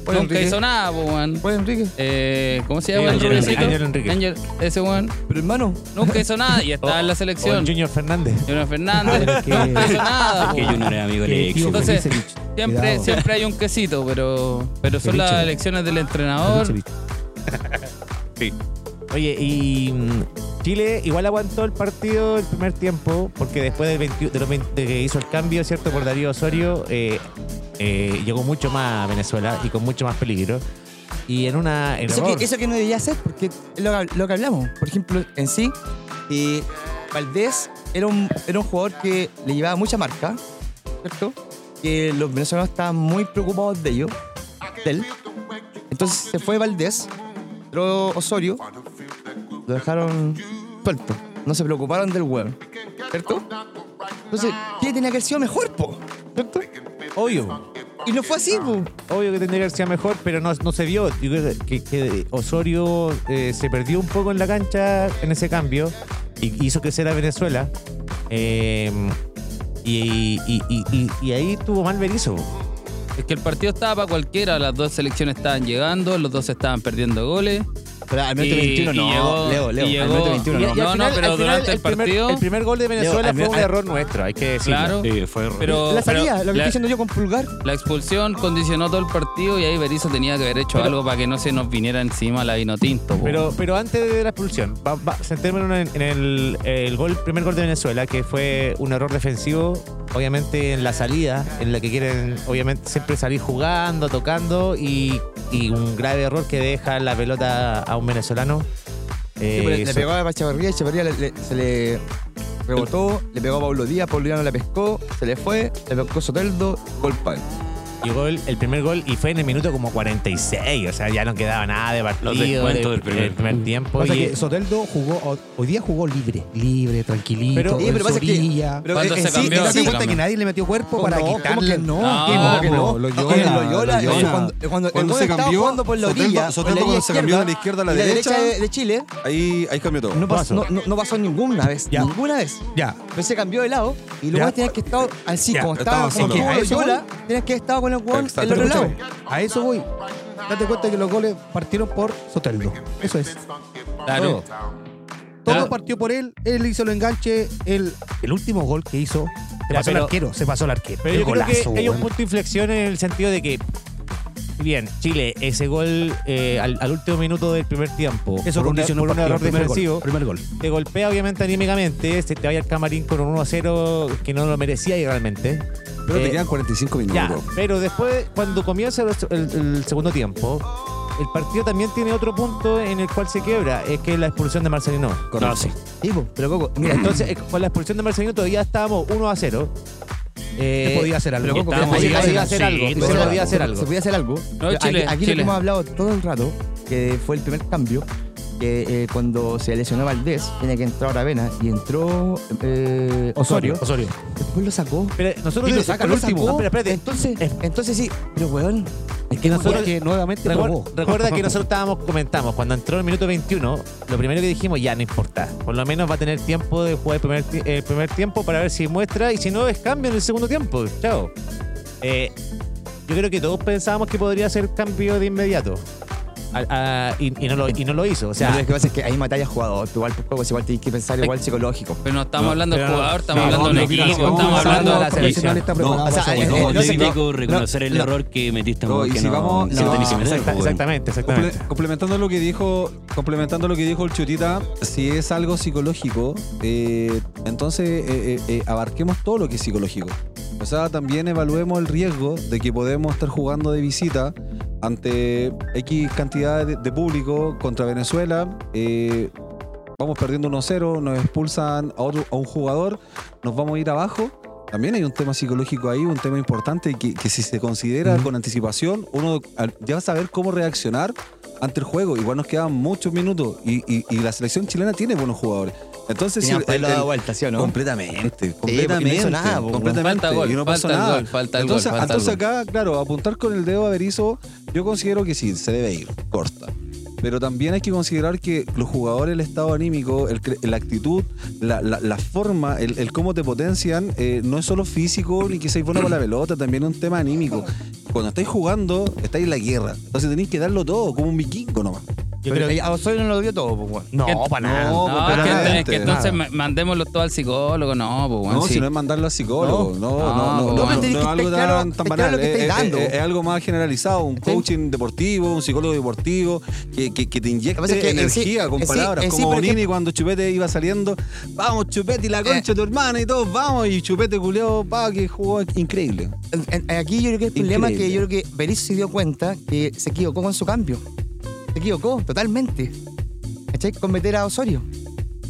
Speaker 6: Bueno,
Speaker 4: nunca
Speaker 6: Enrique.
Speaker 4: hizo nada, po, weón.
Speaker 6: Bueno, Enrique.
Speaker 4: Eh, ¿Cómo se llama? el
Speaker 3: Ángel Enrique.
Speaker 4: rubiecito?
Speaker 2: Ángel Enrique.
Speaker 4: Ángel, ese weón.
Speaker 6: Pero hermano, Oh,
Speaker 4: Nunca hizo nada y
Speaker 2: O-
Speaker 4: estaba en la
Speaker 2: o
Speaker 4: selección.
Speaker 2: el Junior Fernández.
Speaker 4: Junior Fernández.
Speaker 2: Pero es que-
Speaker 4: Nunca hizo nada. po,
Speaker 3: Que yo
Speaker 4: weón.
Speaker 3: no era amigo de Alexis, weón.
Speaker 4: Entonces, siempre,
Speaker 6: Cuidado.
Speaker 4: siempre hay un quesito, pero, pero son las
Speaker 2: Ceviche.
Speaker 4: elecciones del entrenador.
Speaker 2: Oye, y mm, Chile igual aguantó el partido el primer tiempo, porque después del 20 de, los 20 de que hizo el cambio, ¿cierto? Por Darío Osorio, eh, eh, llegó mucho más a Venezuela y con mucho más peligro. Y en una. en
Speaker 6: eso
Speaker 2: error.
Speaker 6: que, eso que no debería hacer, porque es lo, que- lo que hablamos. Por ejemplo, en sí, eh, Valdés era un, era un jugador que le llevaba mucha marca, ¿cierto? Que los venezolanos estaban muy preocupados de ello, de él. Entonces se fue Valdés, pero Osorio lo dejaron suelto. No se preocuparon del huevo, ¿cierto? Entonces, ¿qué tenía que haber sido mejor, po? ¿Cierto?
Speaker 2: Obvio.
Speaker 6: Y no fue así, po.
Speaker 2: Obvio que tendría que ser mejor, pero no, no se vio. Yo creo que, que Osorio eh, se perdió un poco en la cancha en ese cambio y hizo crecer a Venezuela. Eh, y, y- y- y- y ahí tuvo mal Berizzo.
Speaker 4: Es que el partido estaba para cualquiera, las dos selecciones estaban llegando, los dos estaban perdiendo goles.
Speaker 6: Pero al minuto
Speaker 4: Y-
Speaker 6: 21 no.
Speaker 4: y llegó-
Speaker 6: Leo, Leo.
Speaker 4: y
Speaker 6: al
Speaker 4: llegó-
Speaker 6: minuto 21
Speaker 4: y-
Speaker 6: no.
Speaker 4: y- No, no, pero durante el
Speaker 2: primer-
Speaker 4: partido-
Speaker 2: El primer gol de Venezuela
Speaker 6: al
Speaker 2: fue un
Speaker 6: final-
Speaker 2: error nuestro, hay que decirlo.
Speaker 4: Claro.
Speaker 3: Sí, fue error.
Speaker 4: Pero,
Speaker 6: la salida,
Speaker 4: pero
Speaker 6: lo que
Speaker 4: la,
Speaker 6: estoy diciendo yo con pulgar.
Speaker 4: la expulsión condicionó todo el partido y ahí Berizzo tenía que haber hecho algo para que no se nos viniera encima la vino tinto.
Speaker 2: Pero, pero antes de la expulsión, va, va- centrémonos en, en el, el gol, primer gol de Venezuela, que fue un error defensivo, obviamente en la salida, en la que quieren, obviamente, siempre salir jugando, tocando, y, y un grave error que deja la pelota a un venezolano. Eh,
Speaker 6: Sí, pero le
Speaker 2: so-
Speaker 6: pegó a Echeverría, Echeverría le- le- se le rebotó, le pegó a Pablo Díaz, Pablo Díaz no la pescó, se le fue, le pescó Soteldo, gol para él.
Speaker 2: y gol, el primer gol, y fue en el minuto como 46, o sea, ya no quedaba nada de partido.
Speaker 3: Los descuentos
Speaker 2: de-
Speaker 3: del primer.
Speaker 2: tiempo.
Speaker 1: Pasa
Speaker 2: y-
Speaker 1: que Soteldo jugó, hoy día jugó libre, libre, tranquilito,
Speaker 2: Pero-
Speaker 1: en
Speaker 2: Eh,
Speaker 6: pero
Speaker 1: su
Speaker 6: pasa que-
Speaker 1: orilla.
Speaker 6: pero
Speaker 4: ¿Cuándo
Speaker 6: en-
Speaker 4: se
Speaker 6: en
Speaker 4: cambió?
Speaker 1: ¿Te
Speaker 6: en
Speaker 4: Sí,
Speaker 1: das cuenta
Speaker 4: cambio.
Speaker 1: que nadie le metió cuerpo para
Speaker 6: no, ¿cómo
Speaker 1: quitarle?
Speaker 6: que no?
Speaker 4: No,
Speaker 6: ¿Cómo que
Speaker 5: no?
Speaker 6: no? Ah,
Speaker 5: Lo
Speaker 6: No,
Speaker 5: Loyola,
Speaker 6: el
Speaker 5: Loyola.
Speaker 6: Loyola, eh, cuando- eh, Cuando el
Speaker 5: Cuando
Speaker 6: gol
Speaker 5: se
Speaker 6: estaba
Speaker 5: cambió,
Speaker 6: jugando por la
Speaker 5: Soteldo- Soteldo
Speaker 6: orilla, por la
Speaker 5: cuando
Speaker 6: orilla
Speaker 5: se cambió de la izquierda a la
Speaker 6: y
Speaker 5: derecha.
Speaker 6: de, de Chile,
Speaker 5: Ahí, ahí cambió todo.
Speaker 6: no pasó,
Speaker 2: Paso.
Speaker 6: no, no- no pasó ninguna vez,
Speaker 1: Ya.
Speaker 6: ninguna vez.
Speaker 1: Ya,
Speaker 6: Pero se cambió de lado y
Speaker 1: Ya.
Speaker 6: luego tenías que estar así,
Speaker 1: Ya,
Speaker 6: como estaba,
Speaker 5: estamos
Speaker 6: como
Speaker 5: solos.
Speaker 6: jugó
Speaker 1: ¿A eso
Speaker 6: Loyola, tenías que estar con el hueón
Speaker 5: Exacto.
Speaker 6: del otro lado.
Speaker 1: Escúchame, a eso voy. Date cuenta que los goles partieron por Soteldo. Eso es.
Speaker 4: claro,
Speaker 1: Todo
Speaker 4: Claro.
Speaker 1: partió por él, él hizo el enganche, él, el último gol que hizo, se
Speaker 2: Ya,
Speaker 1: pasó
Speaker 2: pero-
Speaker 1: el arquero, se pasó el arquero.
Speaker 2: Pero
Speaker 1: Qué
Speaker 2: yo
Speaker 1: golazo,
Speaker 2: creo que hay un
Speaker 1: weón.
Speaker 2: punto de inflexión en el sentido de que, bien, Chile, ese gol eh, al, al último minuto del primer tiempo,
Speaker 1: Eso
Speaker 2: por, un-
Speaker 1: condicionó
Speaker 2: por un
Speaker 1: el partido,
Speaker 2: error
Speaker 1: primer
Speaker 2: defensivo,
Speaker 1: gol, primer gol.
Speaker 2: te golpea obviamente anímicamente, se te vaya al camarín con un 1-0 que no lo merecía y realmente.
Speaker 5: Pero
Speaker 2: Eh,
Speaker 5: te quedan 45
Speaker 2: ya,
Speaker 5: minutos.
Speaker 2: pero después, cuando comienza el, el- el segundo tiempo, el partido también tiene otro punto en el cual se quiebra, es que es la expulsión de Marcelino.
Speaker 3: No, sí.
Speaker 6: Sí, po, pero Coco,
Speaker 2: Mira, entonces, eh, con la expulsión de Marcelino todavía estábamos 1 a 0. Eh,
Speaker 1: Se podía hacer algo.
Speaker 3: Pero
Speaker 6: Coco,
Speaker 3: estábamos
Speaker 6: se
Speaker 2: ahí,
Speaker 6: podía
Speaker 2: ahí,
Speaker 6: hacer
Speaker 2: sí,
Speaker 6: algo,
Speaker 2: se
Speaker 6: pero
Speaker 2: podía
Speaker 6: se-
Speaker 2: hacer algo.
Speaker 6: Se podía hacer algo.
Speaker 4: No, Chile,
Speaker 6: aquí aquí
Speaker 4: Chile.
Speaker 6: lo que hemos hablado todo el rato, que fue el primer cambio, que eh, cuando se lesionó Valdés, tenía que entrar Aravena y entró eh, Osorio,
Speaker 2: Osorio.
Speaker 6: después lo sacó.
Speaker 2: Pero nosotros
Speaker 6: Y lo
Speaker 2: desde-
Speaker 6: saca,
Speaker 2: por
Speaker 6: lo
Speaker 2: último.
Speaker 6: sacó.
Speaker 2: Ah, pero espérate.
Speaker 6: Entonces,
Speaker 2: Es-
Speaker 6: entonces sí, pero weón,
Speaker 1: Es que nosotros
Speaker 2: Porque
Speaker 1: nuevamente
Speaker 2: Recuer-
Speaker 1: probó.
Speaker 2: recuerda que nosotros estábamos, comentamos, cuando entró el minuto 21, lo primero que dijimos, ya no importa. Por lo menos va a tener tiempo de jugar el primer, ti- el primer tiempo para ver si muestra y si no es cambio en el segundo tiempo. Chao. Eh, yo creo que todos pensábamos que podría ser cambio de inmediato. Al- a- y, y no lo, y no lo hizo. O
Speaker 6: pero
Speaker 2: sea,
Speaker 6: lo que pasa es que ahí matáis al jugador, tú igual, pues, igual tienes que pensar igual psicológico.
Speaker 4: pero no estamos hablando del
Speaker 2: pero no,
Speaker 4: jugador, estamos
Speaker 2: no,
Speaker 4: hablando de
Speaker 2: no,
Speaker 4: un
Speaker 2: mira,
Speaker 4: equipo,
Speaker 2: no,
Speaker 4: estamos
Speaker 2: no,
Speaker 4: hablando de
Speaker 2: no,
Speaker 4: la
Speaker 2: no,
Speaker 4: selección.
Speaker 1: está
Speaker 5: No,
Speaker 1: preparado
Speaker 5: o
Speaker 1: para
Speaker 5: sea,
Speaker 1: esa
Speaker 5: eh,
Speaker 1: weá.
Speaker 5: eh,
Speaker 3: No,
Speaker 6: no sé,
Speaker 3: técnico,
Speaker 6: no,
Speaker 3: reconocer el
Speaker 6: no,
Speaker 3: error que metiste
Speaker 5: no,
Speaker 3: amor,
Speaker 5: y
Speaker 3: que
Speaker 5: si
Speaker 3: no,
Speaker 5: vamos-
Speaker 3: que no
Speaker 5: no,
Speaker 3: tenés que meter,
Speaker 2: exacta-
Speaker 3: po, weón.
Speaker 2: exactamente,
Speaker 5: Comple-
Speaker 2: exactamente.
Speaker 5: complementando lo que dijo complementando lo que dijo el chutita si es algo psicológico eh, entonces eh, eh, eh, abarquemos todo lo que es psicológico O sea, también evaluemos el riesgo de que podemos estar jugando de visita ante X cantidad de, de público contra Venezuela. eh, vamos perdiendo 1-0, nos expulsan a, otro, a un jugador, nos vamos a ir abajo. También hay un tema psicológico ahí, un tema importante que, que si se considera con anticipación, uno al- ya va a saber cómo reaccionar ante el juego. Igual nos quedan muchos minutos y, y- y la selección chilena tiene buenos jugadores. Entonces, si
Speaker 6: Tenían
Speaker 5: el-
Speaker 6: pelo de
Speaker 5: el-
Speaker 6: vuelta, ¿sí o no?
Speaker 5: Completamente,
Speaker 6: porque no hizo
Speaker 5: completamente.
Speaker 6: nada, po,
Speaker 5: completamente.
Speaker 4: Falta gol,
Speaker 5: y no pasó
Speaker 4: falta el
Speaker 5: nada.
Speaker 4: gol, falta el gol,
Speaker 5: entonces,
Speaker 4: falta el
Speaker 5: entonces
Speaker 4: gol.
Speaker 5: acá, claro, apuntar con el dedo a Berizzo, yo considero que sí, se debe ir, corta. Pero también hay que considerar que los jugadores, el estado anímico, el cre- la actitud, la, la- la forma, el, el cómo te potencian, eh, no es solo físico ni que seáis bueno para la pelota, también es un tema anímico. Cuando estáis jugando, estáis en la guerra. Entonces tenéis que darlo todo, como un vikingo nomás.
Speaker 6: Yo creo que eh, a vosotros no lo dio todo, pues, weón.
Speaker 1: No,
Speaker 4: ¿Qué-
Speaker 1: para nada.
Speaker 5: No,
Speaker 4: No, pues, es
Speaker 5: completamente.
Speaker 4: que, es que entonces ma- mandémoslo todo al psicólogo, no, pues, weón,
Speaker 5: No,
Speaker 4: sí.
Speaker 5: si no es mandarlo a psicólogo. No, no,
Speaker 4: No,
Speaker 5: no.
Speaker 4: no,
Speaker 5: No,
Speaker 4: pero
Speaker 5: no
Speaker 6: tenés
Speaker 5: es
Speaker 6: que
Speaker 5: algo
Speaker 6: estar claro-
Speaker 5: tan, tan
Speaker 6: estar claro
Speaker 5: banal.
Speaker 6: lo que
Speaker 5: Es,
Speaker 6: estáis
Speaker 5: es-
Speaker 6: dando.
Speaker 5: es- es algo más generalizado. Un
Speaker 6: ¿Cachai?
Speaker 5: coaching deportivo, un psicólogo deportivo que, que, que te
Speaker 6: que pasa
Speaker 5: inyecte
Speaker 6: es que en sí-
Speaker 5: energía con
Speaker 6: en sí-
Speaker 5: palabras.
Speaker 6: en sí,
Speaker 5: Como
Speaker 6: por
Speaker 5: Bonini
Speaker 6: ejemplo-
Speaker 5: cuando Chupete iba saliendo. Vamos, Chupete y la concha
Speaker 6: Eh.
Speaker 5: de tu hermana y todos vamos. Y Chupete culeado, pa, que jugó increíble.
Speaker 6: En- en- Aquí yo creo que el problema es que yo
Speaker 5: Increíble.
Speaker 6: creo que Berizzo se dio cuenta que se equivocó con su cambio. Se equivocó totalmente. ¿Cachai? Con meter a Osorio.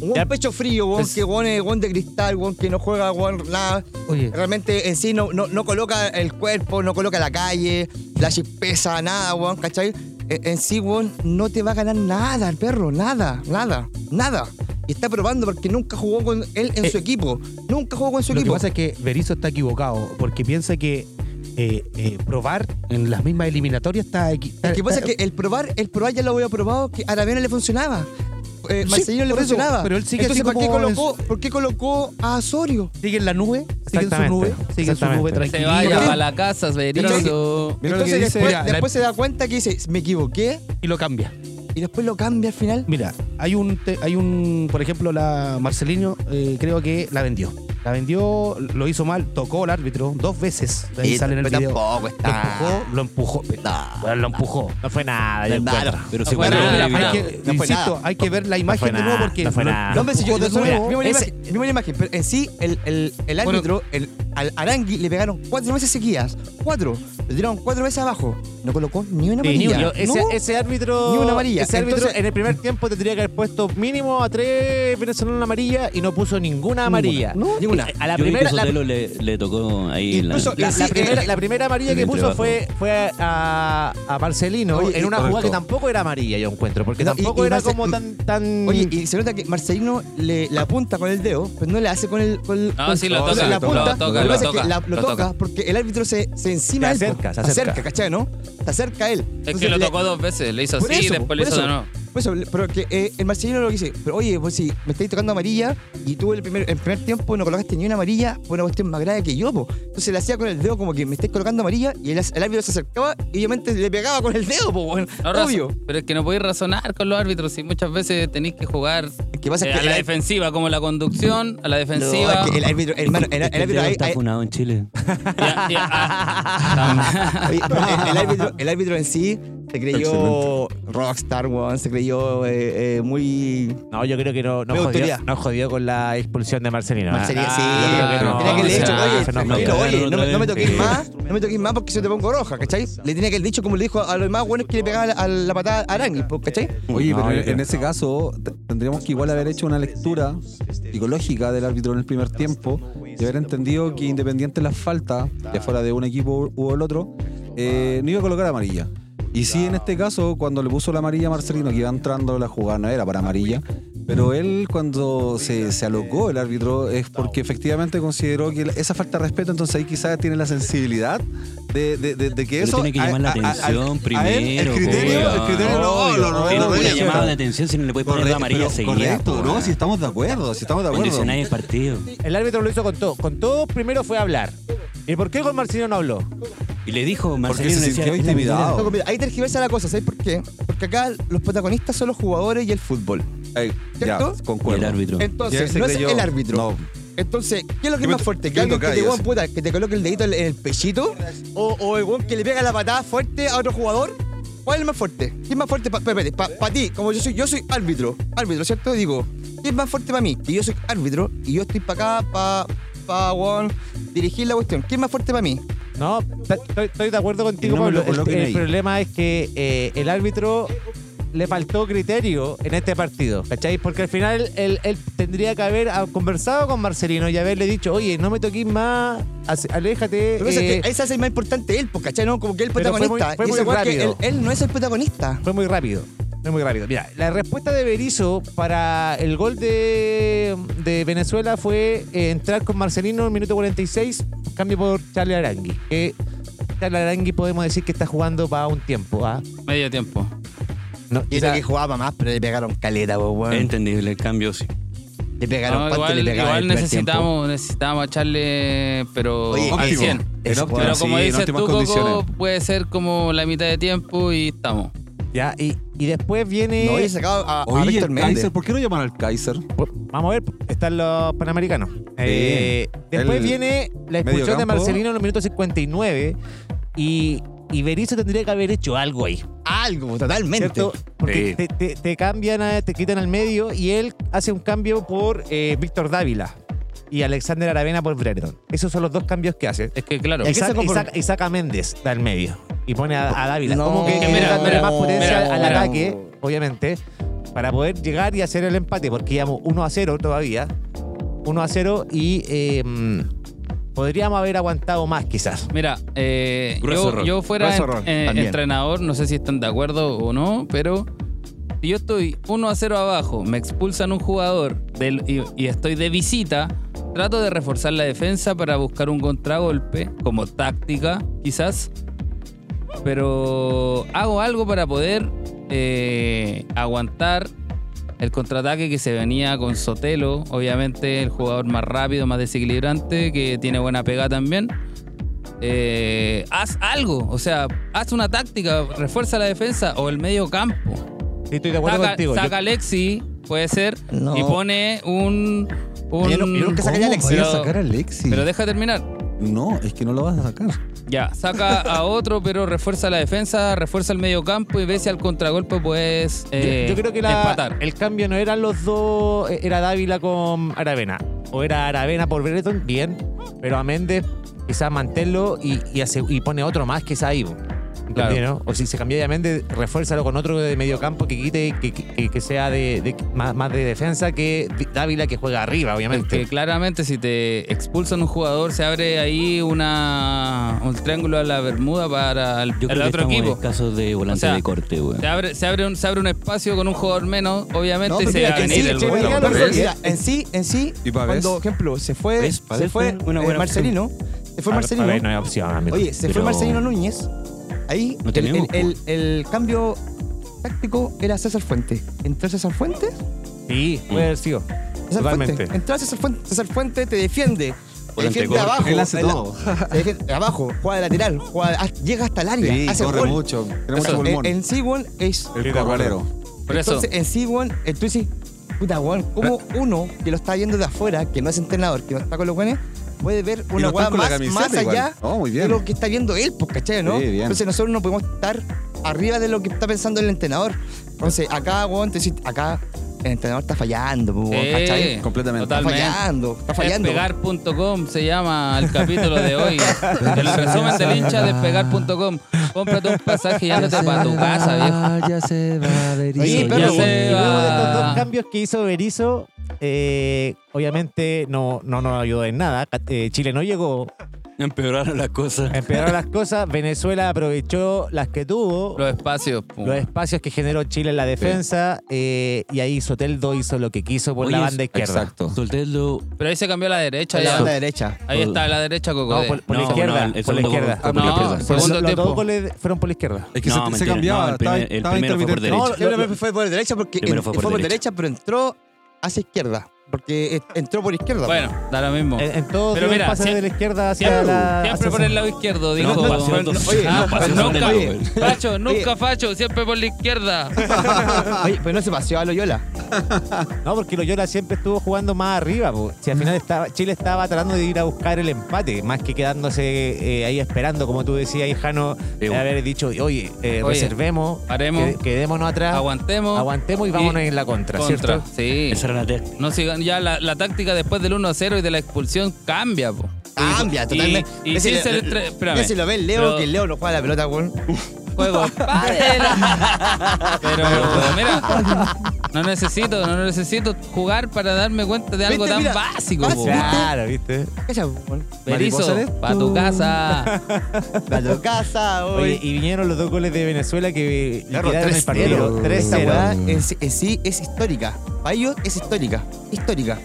Speaker 6: Un
Speaker 2: Ya.
Speaker 6: buen pecho frío, weón, que weón es weón de cristal, weón que no juega, weón nada.
Speaker 2: Oye.
Speaker 6: Realmente en sí no, no, no coloca el cuerpo, no coloca la calle, la chispeza, nada, weón, ¿cachai? En, en sí, weón, no te va a ganar nada el perro, nada, nada, nada. Y está probando porque nunca jugó con él en
Speaker 2: Eh,
Speaker 6: su equipo. Nunca jugó con su
Speaker 1: Lo que
Speaker 6: equipo.
Speaker 1: pasa es que Berizzo está equivocado porque piensa que eh, eh, probar en las mismas eliminatorias está equivocado.
Speaker 6: Lo que pasa es que el probar, el probar ya lo había probado, que a Aravena le funcionaba. Eh,
Speaker 1: Sí,
Speaker 6: Marcelino le
Speaker 1: por eso,
Speaker 6: funcionaba.
Speaker 1: pero él sigue
Speaker 6: Entonces,
Speaker 1: así
Speaker 6: ¿por, qué
Speaker 1: como en
Speaker 6: colocó, ¿por qué colocó a Osorio?
Speaker 1: sigue en la nube, sigue en su
Speaker 2: Exactamente,
Speaker 1: nube, sigue en su nube
Speaker 2: exactamente.
Speaker 1: tranquilo.
Speaker 4: Se vaya
Speaker 6: ¿Por qué?
Speaker 4: para la casa, Berizzo.
Speaker 5: Mira lo que
Speaker 6: Entonces
Speaker 5: dice.
Speaker 6: después,
Speaker 1: Mira, la-
Speaker 6: después se da cuenta que dice, me equivoqué,
Speaker 1: y lo cambia.
Speaker 6: y después lo cambia al final.
Speaker 1: Mira, hay un, te- hay un, por ejemplo, la Marcelino eh, creo que la vendió. La vendió, lo hizo mal, tocó al árbitro dos veces. Ahí
Speaker 6: Y
Speaker 1: sale en el
Speaker 6: pero
Speaker 1: video.
Speaker 6: tampoco está.
Speaker 1: Lo empujó, lo empujó.
Speaker 6: No.
Speaker 2: Bueno, lo empujó. No fue nada. yo encuentro.
Speaker 3: Pero
Speaker 4: fue
Speaker 3: se guardó
Speaker 4: nada,
Speaker 3: el
Speaker 4: fue
Speaker 1: Hay
Speaker 4: nada.
Speaker 3: video.
Speaker 1: que,
Speaker 6: No fue
Speaker 1: insisto,
Speaker 6: nada.
Speaker 1: hay que ver la imagen
Speaker 2: fue
Speaker 1: de nuevo
Speaker 2: nada,
Speaker 1: porque
Speaker 2: no fue
Speaker 1: lo-
Speaker 2: nada.
Speaker 1: lo
Speaker 6: No, pero si yo,
Speaker 1: empujó
Speaker 6: yo-
Speaker 1: de
Speaker 6: mira,
Speaker 1: nuevo.
Speaker 6: vimos la
Speaker 4: Ese-
Speaker 6: imagen, vimos la imagen, pero en sí, el, el, el árbitro, el, al Arangui, le pegaron cuatro veces seguidas. Cuatro. Le tiraron cuatro veces abajo. No colocó ni una
Speaker 2: Sí,
Speaker 6: amarilla.
Speaker 2: yo- ese,
Speaker 6: No.
Speaker 2: ese árbitro.
Speaker 6: Ni una amarilla.
Speaker 2: Ese árbitro
Speaker 6: Entonces-
Speaker 2: en el primer tiempo tendría que haber puesto mínimo a tres venezolanos amarilla y no puso ninguna amarilla.
Speaker 6: No, ninguna.
Speaker 2: A la
Speaker 3: Yo vi que
Speaker 2: primera. la-
Speaker 3: Sotelo le, le tocó ahí en la-
Speaker 6: Incluso-
Speaker 2: la,
Speaker 6: Sí,
Speaker 2: la
Speaker 6: eh,
Speaker 2: primera, la primera amarilla
Speaker 3: en
Speaker 2: que
Speaker 3: el
Speaker 2: puso
Speaker 3: trabajo.
Speaker 2: fue, fue a, a Marcelino
Speaker 6: Oye,
Speaker 2: en una jugada
Speaker 5: correcto.
Speaker 2: que tampoco era amarilla, yo encuentro, porque
Speaker 6: No, y-
Speaker 2: tampoco
Speaker 6: y
Speaker 2: era
Speaker 6: Marce-
Speaker 2: como tan. tan
Speaker 6: Oye, y se nota que Marcelino le, la apunta con el dedo, pero no le hace con el. Con, el-
Speaker 4: No,
Speaker 6: con-
Speaker 4: Ah, sí, lo
Speaker 6: o
Speaker 4: toca,
Speaker 6: sea, la
Speaker 4: lo
Speaker 6: apunta,
Speaker 4: toca,
Speaker 6: que
Speaker 4: lo
Speaker 6: pasa es
Speaker 4: toca,
Speaker 6: que la-
Speaker 4: lo
Speaker 6: lo toca porque el árbitro se, se encima.
Speaker 2: Se
Speaker 6: del-
Speaker 2: acerca, se acerca.
Speaker 6: ¿cachai, no? Se acerca a él.
Speaker 4: Es
Speaker 6: Entonces,
Speaker 4: que lo
Speaker 6: le-
Speaker 4: tocó dos veces, le hizo
Speaker 6: por
Speaker 4: así y
Speaker 6: eso,
Speaker 4: después le
Speaker 6: por
Speaker 4: hizo de
Speaker 6: eso.
Speaker 4: nuevo.
Speaker 6: por eso, le- pero que eh, el Marcelino lo que dice, pero oye, pues si me estáis tocando amarilla y tú el primer, el primer tiempo no colocaste ni una amarilla, fue una cuestión más grave que yo, po. Entonces le hacía con el dedo como que me estáis colocando amarilla y el, el árbitro se acercaba y obviamente le pegaba con el dedo, po, weón.
Speaker 4: No razo-
Speaker 6: obvio.
Speaker 4: Pero es que no podéis razonar con los árbitros si muchas veces tenéis que jugar
Speaker 6: ¿Qué pasa?
Speaker 4: eh,
Speaker 6: es
Speaker 4: a
Speaker 6: que
Speaker 4: la
Speaker 6: el-
Speaker 4: defensiva, como la conducción, a la
Speaker 6: no,
Speaker 4: defensiva.
Speaker 6: es que el árbitro, hermano, el, el
Speaker 3: Es que el
Speaker 6: árbitro
Speaker 3: Teo
Speaker 6: ahí-
Speaker 3: está
Speaker 6: ahí-
Speaker 3: funado en Chile.
Speaker 4: Ya, ya, ah,
Speaker 6: Oye, pero el, el árbitro, el árbitro en sí se creyó rockstar, weón, se creyó eh, eh, muy...
Speaker 2: no, yo creo que no, no,
Speaker 6: Me
Speaker 2: jodió,
Speaker 6: gustaría.
Speaker 2: no jodió con la expulsión de Marcelino. ¿ah?
Speaker 6: Marcelino, sí.
Speaker 2: yo creo que no,
Speaker 6: Tenía que le
Speaker 2: o
Speaker 6: he dicho,
Speaker 2: sea,
Speaker 6: oye,
Speaker 2: se nos
Speaker 6: tranquilo,
Speaker 3: bloquearon
Speaker 6: oye, no, me-
Speaker 3: otra
Speaker 6: no me
Speaker 3: vez.
Speaker 6: toques
Speaker 3: Sí.
Speaker 6: más, no me toques más porque yo te pongo roja, ¿cachai? Le tenía que haber dicho como le dijo a los demás buenos que le pegaban a la patada a Arangui, po, ¿cachai?
Speaker 5: Oye,
Speaker 2: No,
Speaker 5: pero
Speaker 2: yo
Speaker 5: en-
Speaker 2: creo-
Speaker 5: en ese caso t- tendríamos que igual haber hecho una lectura psicológica del árbitro en el primer tiempo y haber entendido que independiente de las faltas, ya fuera de un equipo u u el otro, eh, no iba a colocar amarilla. Y sí, en este caso, cuando le puso la amarilla a Marcelino, que iba entrando la jugada, no era para amarilla, pero él cuando se, se alocó el árbitro es porque efectivamente consideró que la- esa falta de respeto, entonces ahí quizás tiene la sensibilidad de, de- de- de que
Speaker 3: Pero
Speaker 5: eso...
Speaker 3: tiene que llamar la
Speaker 5: a- a-
Speaker 3: atención
Speaker 5: a él, el
Speaker 3: primero,
Speaker 5: criterio,
Speaker 3: weón.
Speaker 5: el criterio no,
Speaker 4: Obvio,
Speaker 5: lo- lo-
Speaker 3: Si
Speaker 5: lo-
Speaker 3: no
Speaker 5: lo-
Speaker 3: hubiera
Speaker 5: lo-
Speaker 3: llamado la atención, si no le puede poner la amarilla
Speaker 5: Correcto,
Speaker 3: seguida.
Speaker 5: Correcto,
Speaker 3: po,
Speaker 5: no,
Speaker 3: weón.
Speaker 5: si estamos de acuerdo, si estamos de acuerdo.
Speaker 3: Condicionáis el partido.
Speaker 2: El árbitro lo hizo con todo. Con todo primero fue hablar. ¿Y por qué con Marcelino no habló?
Speaker 3: Y le dijo, Marcelino
Speaker 5: se
Speaker 3: le decía, "Este
Speaker 5: sintió
Speaker 3: "Mira, mira,
Speaker 5: intimidado".
Speaker 6: Loco, mira, ahí tergiversa la cosa, ¿sabes por qué? Porque acá los protagonistas son los jugadores y el fútbol.
Speaker 5: Ey, ya,
Speaker 6: ¿Cierto?
Speaker 3: mira". Y el
Speaker 5: concuerdo.
Speaker 3: árbitro.
Speaker 1: Ah,
Speaker 5: Y él
Speaker 6: Entonces,
Speaker 5: se
Speaker 6: no es
Speaker 5: creyó-
Speaker 6: el árbitro.
Speaker 5: No.
Speaker 6: Entonces, ¿qué es lo que
Speaker 5: Que
Speaker 6: es
Speaker 5: me-
Speaker 6: más fuerte?
Speaker 5: que
Speaker 6: ¿Que
Speaker 5: me
Speaker 6: alguien que te,
Speaker 5: tocáis,
Speaker 6: weón,
Speaker 5: así.
Speaker 6: puta, que te coloque el dedito en el pechito? ¿O, o el weón que le pega la patada fuerte a otro jugador? ¿Cuál es el más fuerte? ¿Quién es más fuerte para ti? Como yo soy, yo soy árbitro, árbitro, ¿cierto? Digo, ¿quién es más fuerte para mí? Que yo soy árbitro y yo estoy para acá para alfa, weón. Dirigir la cuestión. ¿Quién es más fuerte para mí?
Speaker 2: No, ta- estoy, estoy de acuerdo contigo,
Speaker 5: no me
Speaker 2: Pablo.
Speaker 5: lo
Speaker 2: El-
Speaker 5: coloquen
Speaker 2: el,
Speaker 5: ahí.
Speaker 2: problema es que eh, el árbitro le faltó criterio en este partido, ¿cachai? Porque al final él, él tendría que haber ah, conversado con Marcelino y haberle dicho, oye, no me toquís más, hace- aléjate.
Speaker 6: Lo que pasa es
Speaker 2: eh,
Speaker 6: que ahí se hace más importante él, pues, ¿cachai? No, como que él es
Speaker 2: Pero fue muy-
Speaker 6: protagonista.
Speaker 2: fue
Speaker 6: Y
Speaker 2: muy
Speaker 6: esa weá que
Speaker 2: rápido.
Speaker 6: él, él no es el protagonista.
Speaker 2: Fue muy rápido. Fue muy rápido. Mira, la respuesta de Berizzo para el gol de, de Venezuela fue eh, entrar con Marcelino en el minuto 46, cambio por Charlie Arangui. Que Charlie Arangui podemos decir que está jugando para un tiempo. ¿ah?
Speaker 4: Medio tiempo.
Speaker 2: No,
Speaker 6: Y
Speaker 2: quizá-
Speaker 6: era que jugaba más, pero le pegaron caleta, po,
Speaker 3: Es
Speaker 6: weón.
Speaker 3: entendible, el cambio sí.
Speaker 6: Le pegaron
Speaker 4: No,
Speaker 6: parte, le
Speaker 4: igual
Speaker 6: pegaron
Speaker 4: igual
Speaker 6: el primer tiempo.
Speaker 4: necesitamos, necesitamos echarle, pero
Speaker 6: Oye,
Speaker 4: al
Speaker 5: óptimo.
Speaker 4: 100.
Speaker 5: En
Speaker 6: Eso,
Speaker 5: óptimo,
Speaker 4: Pero
Speaker 5: sí,
Speaker 4: como
Speaker 5: en
Speaker 4: dices
Speaker 5: óptimas
Speaker 4: tú, Coco,
Speaker 5: condiciones.
Speaker 4: puede ser como la mitad de tiempo y estamos.
Speaker 2: Ya, y, y después viene.
Speaker 6: No, y sacado a, a
Speaker 5: Oye,
Speaker 6: Ah, Víctor
Speaker 5: el
Speaker 6: Méndez.
Speaker 5: Kaiser, ¿por qué no llaman al Kaiser?
Speaker 2: vamos a ver, están los panamericanos. Eh, después
Speaker 5: El
Speaker 2: viene la expulsión
Speaker 5: medio
Speaker 2: de
Speaker 5: campo.
Speaker 2: Marcelino en los minutos 59 y, y Berizzo tendría que haber hecho algo ahí.
Speaker 6: Algo, totalmente.
Speaker 2: ¿cierto? Porque te,
Speaker 3: Sí.
Speaker 2: te- te cambian, a- te quitan al medio y él hace un cambio por eh, Víctor Dávila y Alexander Aravena por Brereton. Esos son los dos cambios que hace.
Speaker 4: Es que claro.
Speaker 2: Y
Speaker 6: que
Speaker 2: saca-
Speaker 6: se
Speaker 2: y
Speaker 6: compro-
Speaker 2: saca- y saca a Méndez del medio y pone a, a Dávila.
Speaker 6: No.
Speaker 2: Como que,
Speaker 4: Que mira,
Speaker 2: mira,
Speaker 4: mira,
Speaker 2: más potencia
Speaker 4: mira,
Speaker 2: al
Speaker 4: mira.
Speaker 2: ataque, obviamente, para poder llegar y hacer el empate, porque íbamos 1 a 0 todavía. 1 a 0 y eh, mm, podríamos haber aguantado más quizás.
Speaker 4: Mira, eh,
Speaker 3: Grueso
Speaker 4: yo,
Speaker 3: error.
Speaker 4: yo fuera
Speaker 5: Grueso
Speaker 4: en-
Speaker 5: error,
Speaker 4: eh,
Speaker 6: también.
Speaker 4: entrenador, no sé si están de acuerdo o no, pero si yo estoy 1 a 0 abajo, me expulsan un jugador del- y, y estoy de visita, trato de reforzar la defensa para buscar un contragolpe, como táctica quizás, pero hago algo para poder eh, aguantar el contraataque que se venía con Sotelo, obviamente el jugador más rápido, más desequilibrante, que tiene buena pega también. Eh, haz algo, o sea, haz una táctica, refuerza la defensa o el medio campo.
Speaker 2: Sí, estoy de acuerdo
Speaker 4: Saca,
Speaker 2: contigo. Yo-
Speaker 4: saca a Lexi, puede ser,
Speaker 6: No.
Speaker 4: y pone un. un-
Speaker 6: Yo no- yo nunca sacaría a Lexi.
Speaker 4: Pero,
Speaker 5: Voy a sacar a Alexis.
Speaker 4: pero deja terminar.
Speaker 5: No, es que no lo vas a sacar.
Speaker 4: Ya, saca a otro, pero refuerza la defensa, refuerza el medio campo y ve si al contragolpe puedes
Speaker 2: Yo-
Speaker 4: eh,
Speaker 2: yo creo que la-
Speaker 4: empatar.
Speaker 2: el cambio no eran los dos, eh, era Dávila con Aravena. O era Aravena por Brereton, bien. Pero a Méndez quizás manténlo y, y, hace- y pone otro más que ahí. po. ¿Entendí, no? O si se cambia de Méndez, refuérzalo con otro de medio campo que quite, que, que- que sea de, de- más, más de defensa que Dávila que juega arriba, obviamente.
Speaker 4: Porque claramente si te expulsan un jugador se abre ahí una un triángulo a la bermuda para el, el otro equipo.
Speaker 3: casos de volante
Speaker 4: O sea,
Speaker 3: de corte, güey.
Speaker 4: Se abre, se, abre un, se abre un espacio con un jugador menos,
Speaker 6: No,
Speaker 4: obviamente
Speaker 6: pero
Speaker 4: se
Speaker 6: mira,
Speaker 4: va a
Speaker 6: que
Speaker 4: venir
Speaker 6: sí,
Speaker 4: el
Speaker 6: che,
Speaker 4: gol.
Speaker 6: mira,
Speaker 5: Pero
Speaker 6: lo-
Speaker 5: ves.
Speaker 6: mira, en sí, en sí,
Speaker 5: Y pa'
Speaker 6: cuando,
Speaker 5: ves.
Speaker 6: ejemplo, se fue,
Speaker 3: ¿Ves? Pa'
Speaker 6: se
Speaker 3: ves,
Speaker 6: fue
Speaker 3: fue una
Speaker 6: eh,
Speaker 3: buena
Speaker 6: Marcelino, se fue
Speaker 2: A- a ver, no
Speaker 6: Marcelino,
Speaker 2: hay opción, amigo.
Speaker 6: oye, se fue
Speaker 3: Pero-
Speaker 6: Marcelino Núñez, ahí
Speaker 3: No
Speaker 6: el,
Speaker 3: tenemos,
Speaker 6: el- el- el cambio táctico era César Fuente, entró César Fuente,
Speaker 2: Sí, puede haber sido.
Speaker 6: César
Speaker 2: Totalmente.
Speaker 6: Fuente, entró César Fuente, César Fuente te defiende, te
Speaker 3: Volante
Speaker 6: defiende
Speaker 3: corto.
Speaker 6: abajo,
Speaker 5: Él hace
Speaker 6: de la-
Speaker 5: todo.
Speaker 6: te defiende abajo, juega de lateral, juega- ah, llega hasta el área,
Speaker 5: Sí,
Speaker 6: hace
Speaker 5: corre
Speaker 6: gol.
Speaker 5: mucho. Tiene mucho
Speaker 4: Eso,
Speaker 5: pulmón.
Speaker 6: En, en sí, weón, es
Speaker 5: el corralero.
Speaker 4: Por eso,
Speaker 6: Entonces, en sí, weón, eh, tú dices, puta, weón, ¿cómo
Speaker 5: Ah.
Speaker 6: uno que lo está viendo de afuera, que no es entrenador, que no está con los weones, puede ver
Speaker 5: no
Speaker 6: una
Speaker 5: están
Speaker 6: weá
Speaker 5: con la
Speaker 6: más,
Speaker 5: camiseta
Speaker 6: más
Speaker 5: igual.
Speaker 6: allá
Speaker 5: Oh, muy
Speaker 6: de
Speaker 5: bien.
Speaker 6: lo que está viendo él, pues, ¿cachai, no?
Speaker 5: Sí, bien.
Speaker 6: Entonces, nosotros no podemos estar arriba de lo que está pensando el entrenador. Entonces, acá, weón, te decís, acá el entrenador está fallando, pues, weón,
Speaker 4: Sí.
Speaker 6: ¿cachai?
Speaker 5: Completamente.
Speaker 6: Está
Speaker 4: eh, Totalmente.
Speaker 6: fallando, está fallando.
Speaker 4: despegar.com se llama el capítulo de hoy. El resumen del hincha despegar.com. Cómprate un pasaje y ándate para tu casa, viejo.
Speaker 6: ya se va
Speaker 2: Oye,
Speaker 4: Sí,
Speaker 2: pero
Speaker 4: ya
Speaker 2: y luego
Speaker 4: se
Speaker 2: de estos
Speaker 4: va.
Speaker 2: dos cambios que hizo Berizzo, eh, obviamente no, no nos ayudó en nada. Eh, Chile no llegó,
Speaker 3: Empeoraron las cosas.
Speaker 2: empeoraron las cosas. Venezuela aprovechó las que tuvo,
Speaker 4: Los espacios. pum.
Speaker 2: los espacios que generó Chile en la defensa, eh, y ahí Soteldo hizo lo que quiso por la
Speaker 3: Oye,
Speaker 2: banda izquierda.
Speaker 5: Exacto.
Speaker 3: Soltelo.
Speaker 4: Pero ahí se cambió a la derecha.
Speaker 6: la
Speaker 4: ya.
Speaker 6: banda derecha.
Speaker 4: Ahí está, a la derecha, Coco.
Speaker 2: No,
Speaker 4: de-
Speaker 2: por, por la
Speaker 3: No,
Speaker 2: izquierda.
Speaker 3: no, el- el
Speaker 2: por la
Speaker 3: segundo gol
Speaker 2: izquierda.
Speaker 3: fue por la
Speaker 4: No,
Speaker 3: izquierda.
Speaker 2: Por eso
Speaker 4: Segundo
Speaker 2: los
Speaker 4: tiempo.
Speaker 2: dos goles fueron por la izquierda.
Speaker 5: Es que
Speaker 3: No,
Speaker 5: se- se,
Speaker 3: mentira,
Speaker 5: cambiaba.
Speaker 3: no, el primer- el primero
Speaker 5: estaba,
Speaker 3: fue por
Speaker 5: intermitente.
Speaker 3: derecha.
Speaker 6: No, lo- lo- fue por derecha porque
Speaker 3: Primero
Speaker 6: en-
Speaker 3: fue
Speaker 6: fue,
Speaker 3: por
Speaker 6: por
Speaker 3: derecha.
Speaker 6: derecha, pero entró hacia izquierda. Porque eh, entró por izquierda.
Speaker 4: Bueno, da lo mismo.
Speaker 2: En, en todos
Speaker 4: Pero
Speaker 2: los
Speaker 4: mira,
Speaker 2: pases
Speaker 4: sie-
Speaker 2: de la izquierda hacia
Speaker 4: Siempre,
Speaker 2: la.
Speaker 4: siempre
Speaker 2: hacia-
Speaker 4: por el lado izquierdo, dijo.
Speaker 3: No, no,
Speaker 4: Fue-
Speaker 3: no,
Speaker 4: no-
Speaker 3: oye,
Speaker 4: ah,
Speaker 3: no, pasión
Speaker 4: nunca,
Speaker 3: del-
Speaker 4: oye, Facho, nunca
Speaker 6: Oye.
Speaker 4: Facho, siempre por la izquierda.
Speaker 6: Oye, pero no se paseó a Loyola.
Speaker 2: No, porque Loyola siempre estuvo jugando más arriba. po. Si al
Speaker 4: Mm.
Speaker 2: final estaba, Chile estaba tratando de ir a buscar el empate, más que quedándose eh, ahí esperando, como tú decías, ahí, Jano,
Speaker 3: Sí,
Speaker 2: de haber dicho, oye, eh,
Speaker 4: Oye,
Speaker 2: reservemos,
Speaker 4: paremos,
Speaker 2: qued- quedémonos atrás,
Speaker 4: Aguantemos.
Speaker 2: aguantemos y vámonos en la contra,
Speaker 4: Contra,
Speaker 2: ¿cierto?
Speaker 4: sí.
Speaker 3: Esa era la técnica.
Speaker 4: No, siga- juegan, ya la, la táctica después del 1 a 0 y de la expulsión cambia, po.
Speaker 6: Cambia,
Speaker 4: Y-
Speaker 6: totalmente.
Speaker 4: Y, y
Speaker 6: Messi
Speaker 4: sin
Speaker 6: le-
Speaker 4: ser estre- espérame.
Speaker 6: Messi lo ve el Leo,
Speaker 4: Pero-
Speaker 6: que el Leo no juega la pelota, weón.
Speaker 4: juego pádel. Pero mira, no necesito, no necesito jugar para darme cuenta de algo
Speaker 6: Viste,
Speaker 4: tan
Speaker 6: mira,
Speaker 4: básico. po.
Speaker 6: fácil.
Speaker 2: Claro, ¿viste?
Speaker 6: Calla, weón.
Speaker 4: Berizzo,
Speaker 5: mariposa,
Speaker 4: pa' tu casa.
Speaker 6: Va a tu casa,
Speaker 2: Oye,
Speaker 6: hoy.
Speaker 2: y vinieron los dos goles de Venezuela que
Speaker 6: Claro,
Speaker 2: liquidaron el
Speaker 6: 3-0.
Speaker 2: partido.
Speaker 6: Esa
Speaker 2: 3-0.
Speaker 6: weá en sí, en sí es histórica. Para ellos es histórica. Histórica.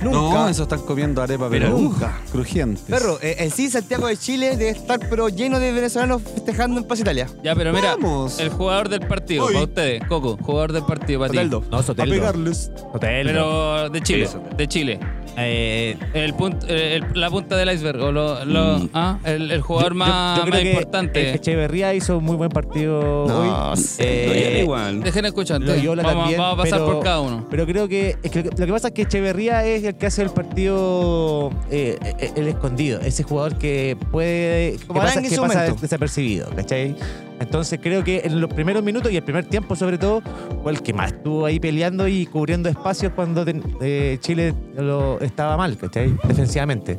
Speaker 6: Nunca.
Speaker 5: No, eso están comiendo arepa, pero,
Speaker 6: Pero
Speaker 5: uh,
Speaker 6: nunca.
Speaker 5: crujientes.
Speaker 6: Perro, eh, en sí Santiago de Chile debe estar pero lleno de venezolanos festejando en Paz Italia.
Speaker 4: Ya, pero mira,
Speaker 5: Vamos.
Speaker 4: el jugador del partido,
Speaker 5: Uy.
Speaker 4: para ustedes, Coco, jugador del partido para ti.
Speaker 5: Soteldo.
Speaker 2: No,
Speaker 5: A
Speaker 2: Soteldo.
Speaker 5: pegarles.
Speaker 2: Soteldo.
Speaker 4: Pero de Chile,
Speaker 3: Eso.
Speaker 4: de Chile.
Speaker 2: Eh,
Speaker 4: El punto, eh, el- la punta del iceberg, o lo, lo- ah, el, el jugador
Speaker 2: Mm. yo-
Speaker 4: más,
Speaker 2: yo creo
Speaker 4: más
Speaker 2: que
Speaker 4: importante.
Speaker 2: Echeverría hizo un muy buen partido
Speaker 6: No,
Speaker 2: hoy.
Speaker 6: sí.
Speaker 2: Eh,
Speaker 3: igual.
Speaker 4: Dejen escuchar,
Speaker 2: Lo Yola
Speaker 4: vamos,
Speaker 2: también,
Speaker 4: vamos a pasar
Speaker 2: pero-
Speaker 4: por cada uno.
Speaker 2: Pero creo que, es que lo que lo que pasa es que Echeverría es el que hace el partido eh, eh, el escondido, ese jugador que puede que
Speaker 6: Como
Speaker 2: pasa,
Speaker 6: Arangui en
Speaker 2: que
Speaker 6: su
Speaker 2: pasa
Speaker 6: momento.
Speaker 2: desapercibido, ¿cachai? Entonces creo que en los primeros minutos y el primer tiempo sobre todo fue el que más estuvo ahí peleando y cubriendo espacios cuando ten- eh, Chile lo estaba mal, ¿cachai? Defensivamente.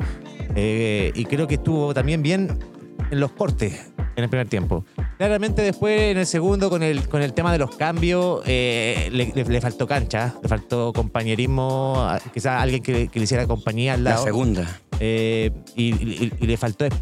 Speaker 2: Eh, y creo que estuvo también bien en los cortes en el primer tiempo. Claramente después en el segundo con el, con el tema de los cambios eh, le, le- le faltó cancha, le faltó compañerismo, a- quizás alguien que, que le hiciera compañía al
Speaker 3: La
Speaker 2: lado
Speaker 3: segunda.
Speaker 2: eh, y, y- y le faltó es-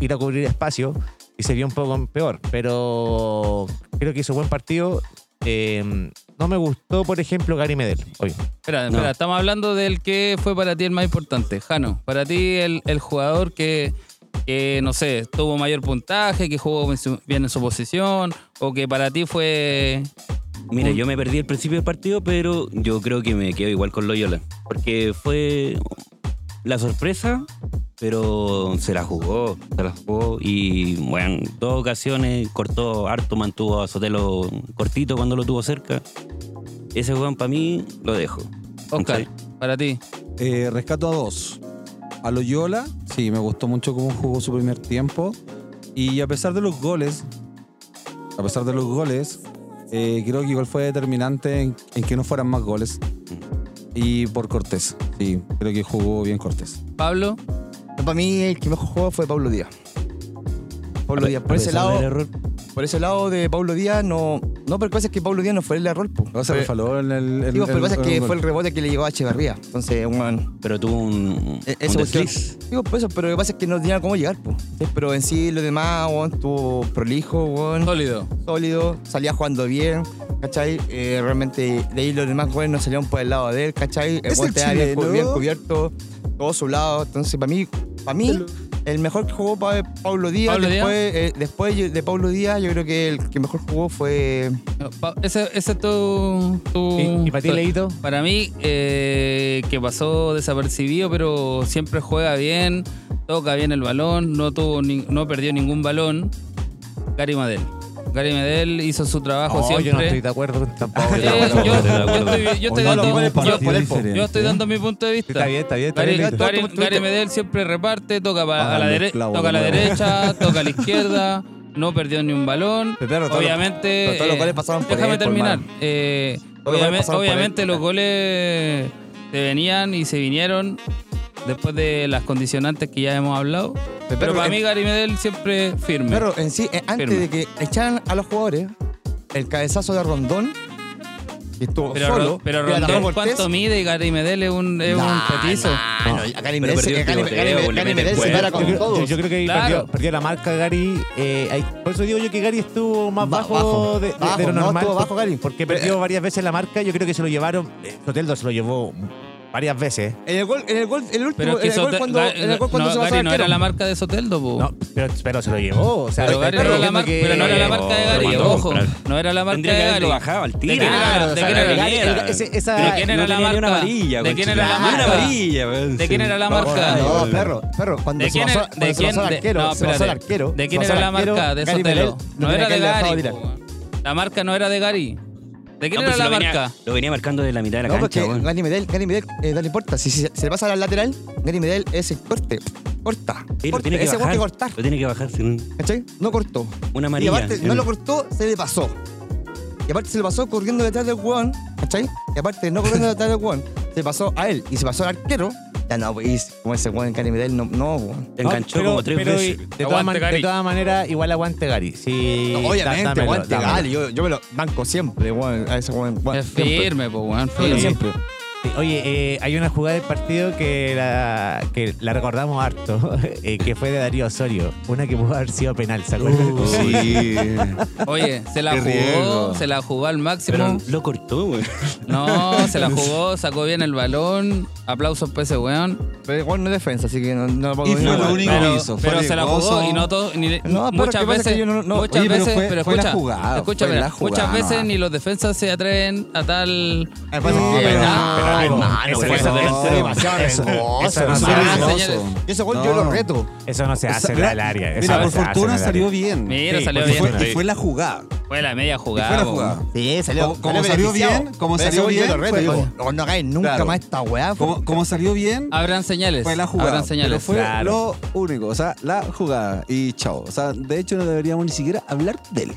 Speaker 2: ir a cubrir espacio y se vio un poco peor. Pero creo que hizo buen partido. Eh, no me gustó, por ejemplo, Gary Medel hoy.
Speaker 4: Espera,
Speaker 3: No.
Speaker 4: espera, estamos hablando del que fue para ti el más importante. Jano, para ti el, el jugador que, que, no sé, tuvo mayor puntaje, que jugó en su- bien en su posición, o que para ti fue.
Speaker 3: Mira, yo me perdí el principio del partido, pero yo creo que me quedo igual con Loyola. Porque fue la sorpresa, pero se la jugó, se la jugó. Y bueno, dos ocasiones, cortó harto, mantuvo a Sotelo cortito cuando lo tuvo cerca. Ese weón para mí lo dejo.
Speaker 4: Oscar,
Speaker 3: Sí.
Speaker 4: para ti.
Speaker 5: Eh, rescato a dos. A Loyola, sí, me gustó mucho cómo jugó su primer tiempo. Y a pesar de los goles, a pesar de los goles, eh, creo que igual fue determinante en, en que no fueran más goles. Y por Cortés, sí, creo que jugó bien Cortés.
Speaker 4: Pablo,
Speaker 6: Para mí el que mejor jugó fue Pablo Díaz. Pablo Díaz. Por ese
Speaker 3: del
Speaker 6: lado, por ese lado de Pablo Díaz no. No, pero pasa es que Pablo Díaz no fue el error, po.
Speaker 5: No se
Speaker 6: Fue-
Speaker 5: refaló en el. en-
Speaker 6: Digo, pero
Speaker 5: en-
Speaker 6: pasa es
Speaker 5: en
Speaker 6: que
Speaker 5: un
Speaker 6: fue el
Speaker 5: gol.
Speaker 6: rebote que le llegó a Echeverría. Entonces, weón.
Speaker 3: Pero tuvo un,
Speaker 6: e-
Speaker 3: un
Speaker 6: Esa cuestión.
Speaker 3: desliz.
Speaker 6: Digo, por eso, pero lo que pasa es que no tenía cómo llegar, po. Sí, Pero en sí, lo demás, weón, estuvo prolijo, weón.
Speaker 4: sólido.
Speaker 6: sólido, salía jugando bien, ¿cachai? Eh, realmente de ahí los demás goles no salieron por el lado de él, ¿cachai? El
Speaker 5: Es
Speaker 6: gol
Speaker 5: el
Speaker 6: estaba bien,
Speaker 5: chileno.
Speaker 6: bien cubierto, todo su lado. Entonces, para mí, para mí, el mejor que jugó pa- Pablo Díaz,
Speaker 4: ¿Pablo Díaz?
Speaker 6: después, eh, después yo- de Pablo Díaz, yo creo que el que mejor jugó fue.
Speaker 4: Pa- Ese, ese es tu. tu-
Speaker 2: ¿Y, y para ti,
Speaker 4: tu-
Speaker 2: Leito?
Speaker 4: Para mí, eh, que pasó desapercibido, pero siempre juega bien, toca bien el balón, no, tuvo ni- no perdió ningún balón. Gary Medel. Gary Medel hizo su trabajo
Speaker 2: No, Oh,
Speaker 4: siempre.
Speaker 2: yo no estoy de acuerdo con tampoco.
Speaker 4: Eh,
Speaker 3: de acuerdo,
Speaker 4: yo-
Speaker 3: estoy de acuerdo.
Speaker 4: yo estoy- yo estoy
Speaker 5: Hoy no
Speaker 4: dando-
Speaker 5: vimos un
Speaker 4: yo-
Speaker 5: partido
Speaker 6: yo-
Speaker 5: diferente.
Speaker 4: Yo estoy
Speaker 6: ¿eh?
Speaker 4: dando mi punto de vista.
Speaker 2: Está bien, está bien, está
Speaker 4: Gary,
Speaker 2: bien. Leito.
Speaker 4: Gary-
Speaker 6: Tú- tú- tú-
Speaker 4: Gary Medel siempre reparte, toca pa- a la,
Speaker 5: Pagando el
Speaker 4: dere-
Speaker 5: clavo
Speaker 4: toca a la
Speaker 5: de nuevo.
Speaker 4: derecha, toca a la izquierda, no perdió ni un balón.
Speaker 6: Pero, pero, todos los-
Speaker 4: obviamente.
Speaker 6: pero todos los
Speaker 4: eh,
Speaker 6: goles pasaron por
Speaker 4: Déjame
Speaker 6: él, por
Speaker 4: terminar.
Speaker 6: mano.
Speaker 4: Eh,
Speaker 6: Todos los goles
Speaker 4: obviamente
Speaker 6: pasaron por él.
Speaker 4: obviamente los goles se venían y se vinieron después de las condicionantes que ya hemos hablado. Pero,
Speaker 6: Pero
Speaker 4: para
Speaker 6: en-
Speaker 4: mí, Gary Medel siempre firme.
Speaker 6: Pero en sí, eh, antes
Speaker 4: Firme.
Speaker 6: de que echaran a los jugadores, el cabezazo de Rondón, que estuvo
Speaker 4: pero,
Speaker 6: solo.
Speaker 4: Ro- pero
Speaker 6: que la
Speaker 4: Rondón,
Speaker 6: atajó Cortés.
Speaker 4: ¿cuánto mide Gary Medel? Es un, es un
Speaker 6: Nah,
Speaker 4: petizo.
Speaker 6: nah, Ah, no, acá ni me
Speaker 3: Pero
Speaker 6: des-
Speaker 3: perdió el
Speaker 6: acá ni me-
Speaker 3: tiroteo,
Speaker 6: acá ni me-
Speaker 3: le
Speaker 6: acá ni
Speaker 3: meten
Speaker 6: me des- se
Speaker 3: cuerpo.
Speaker 6: para
Speaker 2: Yo
Speaker 6: con
Speaker 2: creo-
Speaker 6: todos.
Speaker 2: Yo, yo creo que ahí
Speaker 4: Claro.
Speaker 2: perdió, perdió la marca Gary. eh, ahí- por eso digo yo que Gary estuvo más
Speaker 6: Ba-
Speaker 2: bajo,
Speaker 6: bajo,
Speaker 2: de, de-
Speaker 6: bajo,
Speaker 2: de lo
Speaker 6: no,
Speaker 2: normal.
Speaker 6: estuvo bajo
Speaker 2: por-
Speaker 6: Gary.
Speaker 2: Porque
Speaker 4: eh,
Speaker 2: perdió varias veces la marca. Yo creo que se lo llevaron. eh, Soteldo se lo llevó varias veces.
Speaker 6: En el gol, en el gol, el último,
Speaker 4: Pero es que
Speaker 6: en el gol
Speaker 4: Sotel-
Speaker 6: cuando,
Speaker 4: Ga-
Speaker 6: en el gol cuando
Speaker 4: no,
Speaker 6: se pasó
Speaker 4: Gary
Speaker 6: al
Speaker 4: no era
Speaker 6: arquero.
Speaker 4: la marca de Soteldo, po.
Speaker 2: No, pero, pero se lo llevó. O sea,
Speaker 4: Uh. Pero, Gary no era la
Speaker 2: diciendo
Speaker 4: mar-
Speaker 2: que-
Speaker 4: pero no era la marca de
Speaker 3: Oh,
Speaker 4: Gary,
Speaker 3: lo mandó a
Speaker 4: ojo.
Speaker 3: comprar.
Speaker 4: No era la marca
Speaker 3: Tendría
Speaker 4: de
Speaker 3: que
Speaker 4: Gary.
Speaker 3: haberlo bajado al tiro.
Speaker 4: quién era?
Speaker 2: Claro,
Speaker 4: ¿De
Speaker 2: o sea,
Speaker 4: quién era la
Speaker 2: Gary-
Speaker 3: mierda?
Speaker 2: el- ese- esa-
Speaker 4: ¿De quién
Speaker 2: no
Speaker 4: era la
Speaker 2: tenía ni una
Speaker 4: marca?
Speaker 2: amarilla,
Speaker 4: ¿De
Speaker 2: güey.
Speaker 4: quién era la
Speaker 2: Claro.
Speaker 4: marca?
Speaker 2: Una
Speaker 4: ¿De quién era la marca?
Speaker 6: No, perro, perro. Cuando
Speaker 4: ¿De
Speaker 6: se
Speaker 4: quién
Speaker 6: pasó,
Speaker 4: era-
Speaker 6: cuando
Speaker 4: de
Speaker 6: se pasó
Speaker 4: quién-
Speaker 6: al
Speaker 4: de-
Speaker 6: arquero,
Speaker 4: no,
Speaker 6: se pasó al
Speaker 4: espérate.
Speaker 6: arquero.
Speaker 4: ¿De
Speaker 6: se
Speaker 4: quién
Speaker 6: pasó
Speaker 4: era
Speaker 6: al
Speaker 4: la
Speaker 6: arquero,
Speaker 4: marca de
Speaker 6: Gary Medel
Speaker 4: Sotelo? No era
Speaker 6: tenía que
Speaker 4: de
Speaker 6: haberle dejado
Speaker 4: Gary.
Speaker 6: tirar.
Speaker 4: po, weón. La marca no era de Gary. ¿De quién
Speaker 3: No,
Speaker 4: era
Speaker 3: pero
Speaker 4: la
Speaker 3: si lo venía-
Speaker 4: marca?
Speaker 3: Lo venía marcando de la mitad de la
Speaker 6: No,
Speaker 3: cancha,
Speaker 6: porque
Speaker 3: weón.
Speaker 6: Gary Medel, Gary Medel, eh, no le importa. Si, si se le pasa al lateral, Gary Medel es el corte. Corta.
Speaker 3: Sí, lo
Speaker 6: corta.
Speaker 3: tiene que
Speaker 6: Ese
Speaker 3: bajar.
Speaker 6: gol que cortar.
Speaker 3: Lo tiene que bajar sin
Speaker 6: ¿Cachai? No cortó.
Speaker 3: una
Speaker 6: Y
Speaker 3: amarilla.
Speaker 6: aparte, no
Speaker 3: Sí.
Speaker 6: lo cortó, se le pasó. Y aparte se le pasó corriendo detrás del hueón, ¿cachai? Y aparte, no corriendo detrás del hueón. se pasó a él y se pasó al arquero, ya no, pues, como ese weón Gary Medel, no, no, weón.
Speaker 3: Te enganchó como tres veces.
Speaker 2: De todas
Speaker 7: Aguante,
Speaker 2: man-
Speaker 7: Gary.
Speaker 2: de todas maneras, igual aguante Gary. Sí,
Speaker 6: No, obviamente,
Speaker 2: dámelo,
Speaker 6: weón, te
Speaker 2: dámelo.
Speaker 6: gale, yo, yo me lo banco siempre, weón, a ese weón. weón,
Speaker 4: Es
Speaker 6: siempre.
Speaker 4: firme, pues, weón.
Speaker 6: Pero
Speaker 4: Firme.
Speaker 6: siempre.
Speaker 2: Sí, Oye, eh, hay una jugada del partido que la, que la recordamos harto, eh, que fue de Darío Osorio. Una que pudo haber sido penal, ¿se acuerdan?
Speaker 4: Uh.
Speaker 5: Sí.
Speaker 4: Oye, se la
Speaker 5: Qué
Speaker 4: jugó,
Speaker 5: riesgo.
Speaker 4: se la jugó al máximo.
Speaker 3: Pero lo cortó, güey.
Speaker 4: No, se la jugó, sacó bien el balón. Aplausos para ese weón.
Speaker 6: Pero weón no es defensa, así que no, no lo puedo
Speaker 5: Y fue
Speaker 6: decir.
Speaker 5: lo único que
Speaker 4: Pero,
Speaker 5: hizo. Fue
Speaker 4: pero se la jugó
Speaker 5: riesgoso.
Speaker 4: y no todo. Ni,
Speaker 6: No,
Speaker 4: muchas
Speaker 6: pero que pasa
Speaker 4: veces.
Speaker 6: que yo no- no-
Speaker 4: muchas
Speaker 5: Oye, pero
Speaker 4: veces. Pero,
Speaker 5: fue- fue la
Speaker 4: escucha,
Speaker 5: jugada,
Speaker 4: escucha,
Speaker 5: fue
Speaker 4: mira,
Speaker 5: la jugada,
Speaker 4: muchas veces
Speaker 5: no.
Speaker 4: ni los defensas se atreven a tal.
Speaker 6: Ah, pasa que- Ah,
Speaker 2: pero-
Speaker 6: hermano,
Speaker 2: pero-
Speaker 6: weón,
Speaker 2: eso-
Speaker 6: weón,
Speaker 2: eso-
Speaker 6: es
Speaker 2: eso-
Speaker 6: demasiado riesgoso,
Speaker 2: eso no se
Speaker 6: hermano.
Speaker 4: hace.
Speaker 6: Yo ese weón yo
Speaker 5: No.
Speaker 6: lo reto.
Speaker 2: Eso no se
Speaker 5: Esa-
Speaker 2: hace en
Speaker 5: mira,
Speaker 2: el área. eso
Speaker 5: Mira,
Speaker 2: no
Speaker 5: por
Speaker 2: se hace en
Speaker 5: fortuna
Speaker 2: el área.
Speaker 5: salió bien.
Speaker 4: Mira,
Speaker 2: Sí,
Speaker 4: salió
Speaker 5: Y fue,
Speaker 4: bien.
Speaker 5: y fue la jugada.
Speaker 4: Fue la media
Speaker 5: Y
Speaker 4: jugada.
Speaker 5: fue la
Speaker 4: po,
Speaker 5: jugada.
Speaker 6: Sí, salió.
Speaker 5: Como- como salió
Speaker 6: beneficiado.
Speaker 5: bien, como
Speaker 6: Pero ese
Speaker 5: salió
Speaker 6: weón yo
Speaker 5: bien,
Speaker 6: lo reto,
Speaker 5: fue-
Speaker 6: digo, no, no hagáis nunca
Speaker 5: Claro.
Speaker 6: más esta weá.
Speaker 5: Como, como salió bien,
Speaker 4: Habrán señales.
Speaker 5: fue la
Speaker 4: Ah,
Speaker 5: jugada.
Speaker 4: pues, Habrán
Speaker 5: Pero
Speaker 4: señales.
Speaker 5: fue
Speaker 2: Claro.
Speaker 5: lo único. O sea, la jugada. Y chao. O sea, de hecho, no deberíamos ni siquiera hablar de él.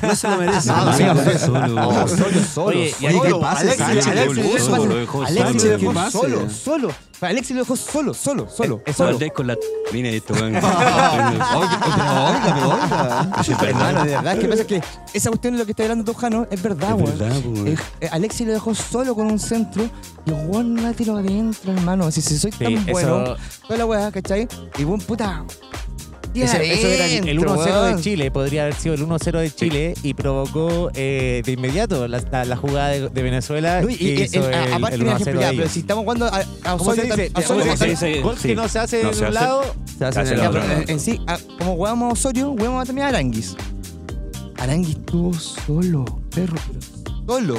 Speaker 5: No se lo merece.
Speaker 6: Nada,
Speaker 5: Sí,
Speaker 6: mira,
Speaker 5: fue
Speaker 6: fue
Speaker 5: solo.
Speaker 6: solo, solo.
Speaker 2: Oye, y
Speaker 5: Oye,
Speaker 2: ahí-
Speaker 5: ¿qué pasa,
Speaker 6: Alexis,
Speaker 5: Sánchez?
Speaker 6: Alexis,
Speaker 3: Lo dejó
Speaker 6: Alexis,
Speaker 3: solo,
Speaker 6: lo
Speaker 3: lo dejó
Speaker 6: Alexis
Speaker 5: solo.
Speaker 6: lo dejó
Speaker 5: ¿Qué pasa?
Speaker 6: solo, solo. Alexis lo dejó solo, solo, solo.
Speaker 2: Eso-
Speaker 6: solo.
Speaker 3: Valdés con la mina de este, güey.
Speaker 5: Oye, pero oiga, pero oiga.
Speaker 6: Hermano, Ah, de verdad, es que pasa que esa cuestión de lo que está hablando Tojano es verdad,
Speaker 3: Es
Speaker 6: weón.
Speaker 3: verdad, po, weón.
Speaker 6: Eh, eh, Alexis lo dejó solo con un centro y Juan la tiró adentro, hermano. Si, si soy tan
Speaker 2: Sí, eso-
Speaker 6: bueno, toda la weá, ¿cachai? Y buen puta.
Speaker 2: Eso, eso era el- el 1-0 de
Speaker 6: Chile.
Speaker 2: Chile, podría haber sido el 1-0 de Chile y provocó eh, de inmediato la, la- la jugada de, de Venezuela.
Speaker 6: Luis,
Speaker 2: que
Speaker 6: y, y-
Speaker 2: hizo
Speaker 6: el- a-
Speaker 2: el-
Speaker 6: aparte,
Speaker 2: el
Speaker 6: mira,
Speaker 2: 1-0
Speaker 6: ejemplo,
Speaker 2: de
Speaker 6: ya,
Speaker 2: ellos.
Speaker 6: pero si estamos jugando a, a
Speaker 2: ¿Cómo se
Speaker 6: Osorio,
Speaker 2: dice?
Speaker 6: tam- a Osorio
Speaker 3: ¿Cómo se
Speaker 6: también-
Speaker 3: dice?
Speaker 2: Gol
Speaker 3: Sí.
Speaker 2: que no se hace
Speaker 3: No
Speaker 2: de
Speaker 3: se
Speaker 2: un
Speaker 3: hace.
Speaker 2: lado.
Speaker 6: se hace
Speaker 3: Se hace
Speaker 6: en
Speaker 3: el
Speaker 6: el-
Speaker 3: otro lado.
Speaker 6: eh, en sí, a- como jugamos a Osorio, jugamos también a Aranguis. Aranguis estuvo solo, perro, pero solo.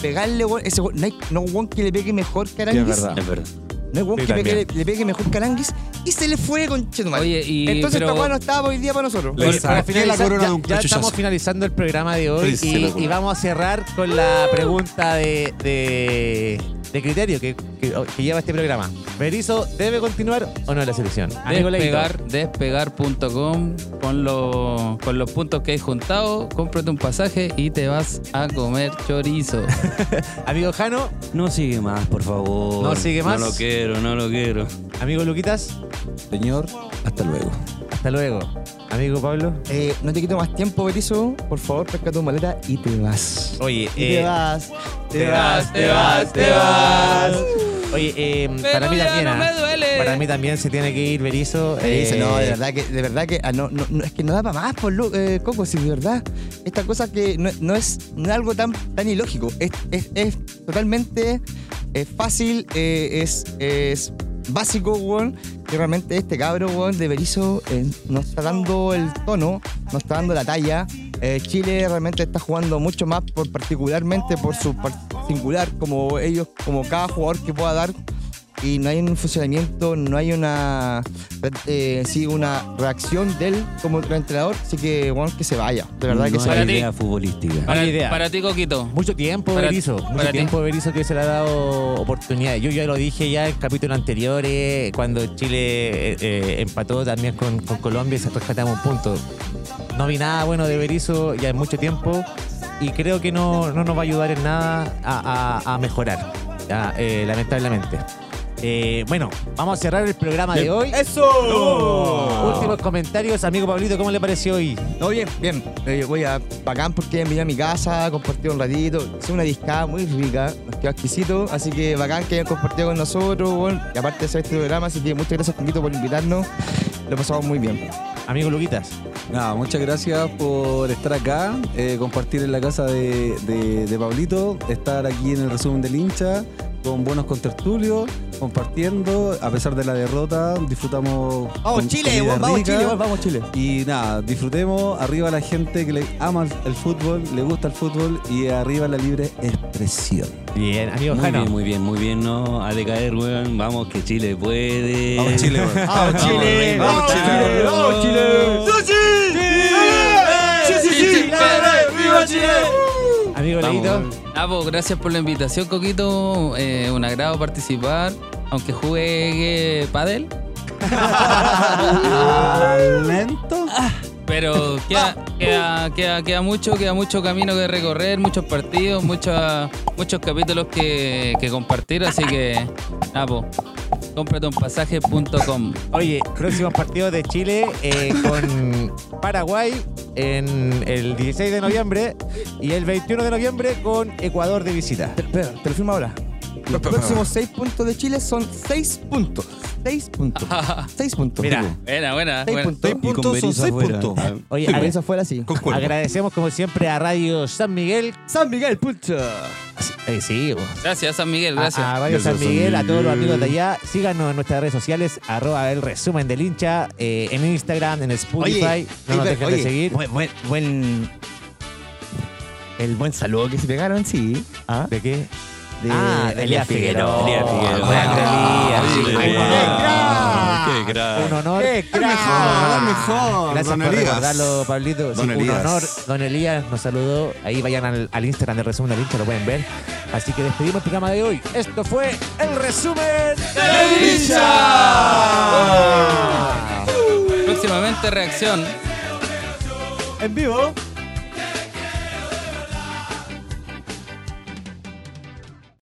Speaker 6: Pegarle, weón, ese weón- no hay no hay weón que le pegue mejor que Aranguis.
Speaker 5: verdad.
Speaker 3: Es verdad.
Speaker 6: No hay weón
Speaker 2: Sí,
Speaker 6: que
Speaker 2: también.
Speaker 6: pegue- le, le pegue mejor que Aranguis. Y se le fue con Chetumal.
Speaker 4: Oye, y-
Speaker 6: Entonces
Speaker 4: pero-
Speaker 6: esta weá no estaba hoy día para nosotros.
Speaker 5: Le
Speaker 2: Oye, para
Speaker 5: saqué la
Speaker 2: finalizar,
Speaker 5: corona
Speaker 2: ya,
Speaker 5: de un
Speaker 2: ya estamos
Speaker 5: cachuchazo.
Speaker 2: finalizando el programa de hoy
Speaker 5: Triste la
Speaker 2: y,
Speaker 5: corona.
Speaker 2: y vamos a cerrar con la pregunta de, de- de criterio que, que- que lleva este programa. ¿Berizzo debe continuar o no en la selección? Amigo Leito.
Speaker 4: Despegar, despegar.com con, los- con los puntos que hay juntado, cómprate un pasaje y te vas a comer chorizo.
Speaker 2: Amigo Jano,
Speaker 3: No sigue más, por favor.
Speaker 2: No sigue más.
Speaker 3: No lo quiero, no lo quiero.
Speaker 2: amigo Luquitas,
Speaker 5: Señor, hasta luego.
Speaker 2: hasta luego. Amigo Pablo.
Speaker 6: Eh, no te quito más tiempo, Berizo. Por favor, pesca tu maleta y te vas.
Speaker 2: Oye, eh,
Speaker 6: Y te vas.
Speaker 2: te
Speaker 4: vas, te vas, te vas.
Speaker 2: Oye, eh,
Speaker 4: Pero
Speaker 2: para mí
Speaker 4: ya
Speaker 2: también.
Speaker 4: no
Speaker 2: ah,
Speaker 4: me duele.
Speaker 2: Para mí también se tiene que ir Berizzo.
Speaker 6: Eh, dice,
Speaker 2: eh,
Speaker 6: no, de verdad que, de verdad que, ah, no, no, no, es que no da para más, por lo, eh, Coco, si de verdad, esta cosa que no, no es, no es algo tan, tan ilógico, es, es, es totalmente eh, fácil, eh, es, es básico, weón, que realmente este cabro, weón, de Berizzo eh, no está dando el tono, no está dando la talla, Eh, Chile realmente está jugando mucho más por particularmente por su par- singular, como ellos, como cada jugador que pueda dar y no hay un funcionamiento, no hay una eh, sí, una reacción de él como entrenador, así que bueno, que se vaya, de verdad que
Speaker 3: no
Speaker 6: se
Speaker 3: hay
Speaker 4: para
Speaker 6: vaya.
Speaker 4: ti.
Speaker 3: idea futbolística.
Speaker 4: Para,
Speaker 2: idea.
Speaker 4: para ti, Coquito.
Speaker 2: Mucho tiempo,
Speaker 4: Para-
Speaker 2: Berizzo. Mucho
Speaker 4: para ti.
Speaker 2: tiempo, Berizzo, que se le ha dado oportunidades. Yo ya lo dije ya en capítulos anteriores, cuando Chile eh, eh, empató también con, con Colombia y se rescatamos un punto. No vi nada bueno de Berizzo ya en mucho tiempo y creo que no, no nos va a ayudar en nada a, a- a mejorar, ya, eh, lamentablemente. Eh, bueno, vamos a cerrar el programa de hoy. ¡Eso! Últimos comentarios, amigo Pablito, ¿cómo le pareció hoy?
Speaker 6: No, bien, bien. Eh, voy a bacán porque vine a mi casa, compartido un ratito. Hice una discada muy rica, nos quedó exquisito. Así que bacán que hayan compartido con nosotros, bueno, y aparte de hacer este programa. Así que muchas gracias, Conquito, por invitarnos. Lo pasamos muy bien.
Speaker 2: Amigo Luquitas.
Speaker 5: Nada, muchas gracias por estar acá, eh, compartir en la casa de, de- de Pablito, estar aquí en el resumen del hincha, con buenos contertulios, compartiendo, a pesar de la derrota, disfrutamos. con comida rica.
Speaker 6: vamos Chile.
Speaker 5: Y nada, disfrutemos, arriba la gente que le ama el fútbol, le gusta el fútbol y arriba la libre expresión.
Speaker 2: Bien, amigo
Speaker 3: Muy
Speaker 2: Jano.
Speaker 3: bien, muy bien, muy bien. No, a decaer, weón. Vamos, que Chile puede.
Speaker 6: ¡Vamos Chile!
Speaker 3: Vamos,
Speaker 6: ¡Vamos
Speaker 3: Chile.
Speaker 6: Chile! ¡Vamos Chile!
Speaker 2: Amigo
Speaker 3: Vamos,
Speaker 2: Leito.
Speaker 3: weón.
Speaker 4: Ah, pues, gracias por la invitación, Coquito. Eh, un agrado participar. Aunque juegue pádel,
Speaker 5: Talento.
Speaker 4: Pero queda, queda, queda, queda mucho, queda mucho camino que recorrer, muchos partidos, mucha- muchos capítulos que, que compartir, así que ah, pues, nada, po, cómprateunpasaje.com.
Speaker 2: Oye, próximos partidos de Chile eh, con Paraguay en el 16 de noviembre y el 21 de noviembre con Ecuador de visita.
Speaker 6: Te, espera, te lo firmo ahora. Los próximos seis puntos de Chile son seis puntos. Seis puntos. Seis puntos.
Speaker 2: Mira,
Speaker 6: Digo.
Speaker 4: Buena, buena,
Speaker 6: seis
Speaker 4: buena.
Speaker 6: puntos.
Speaker 5: Seis puntos son
Speaker 7: Berizzo
Speaker 5: seis
Speaker 7: afuera.
Speaker 5: puntos.
Speaker 2: Oye,
Speaker 6: Y
Speaker 2: agra-
Speaker 6: eso fuera así.
Speaker 5: Concuerdo.
Speaker 2: agradecemos como siempre a Radio San Miguel.
Speaker 6: San Miguel, punto.
Speaker 2: Eh, sí, vos.
Speaker 4: Gracias, San Miguel, gracias.
Speaker 6: Ah,
Speaker 2: a, a Radio San
Speaker 7: Gracias, San
Speaker 2: Miguel, a todos los
Speaker 7: Miguel.
Speaker 2: amigos de allá. Síganos en nuestras redes sociales, arroba el resumen del hincha, eh, en Instagram, en Spotify. no nos
Speaker 6: oye,
Speaker 2: dejen de
Speaker 6: oye,
Speaker 2: seguir.
Speaker 6: Buen, buen, buen- El buen saludo que se pegaron, sí. ¿Ah?
Speaker 2: ¿De qué?
Speaker 6: De,
Speaker 2: ah, de Elías Figueroa.
Speaker 3: Elías Figueroa.
Speaker 2: Grande Elías.
Speaker 3: Sí,
Speaker 2: Un
Speaker 3: Elías.
Speaker 2: honor.
Speaker 3: Qué crack.
Speaker 2: Un honor.
Speaker 1: crack. Mejor, mejor,
Speaker 2: Gracias
Speaker 1: don
Speaker 2: por
Speaker 1: Elías.
Speaker 2: recordarlo, Pablito. Sí,
Speaker 5: Don
Speaker 2: un
Speaker 5: Elías.
Speaker 2: honor. Don Elías nos saludó. Ahí vayan al, al Instagram de Resumen del Hincha, lo pueden ver. Así que despedimos el programa de hoy. Esto fue el Resumen del Hincha.
Speaker 4: Próximamente reacción.
Speaker 2: En vivo.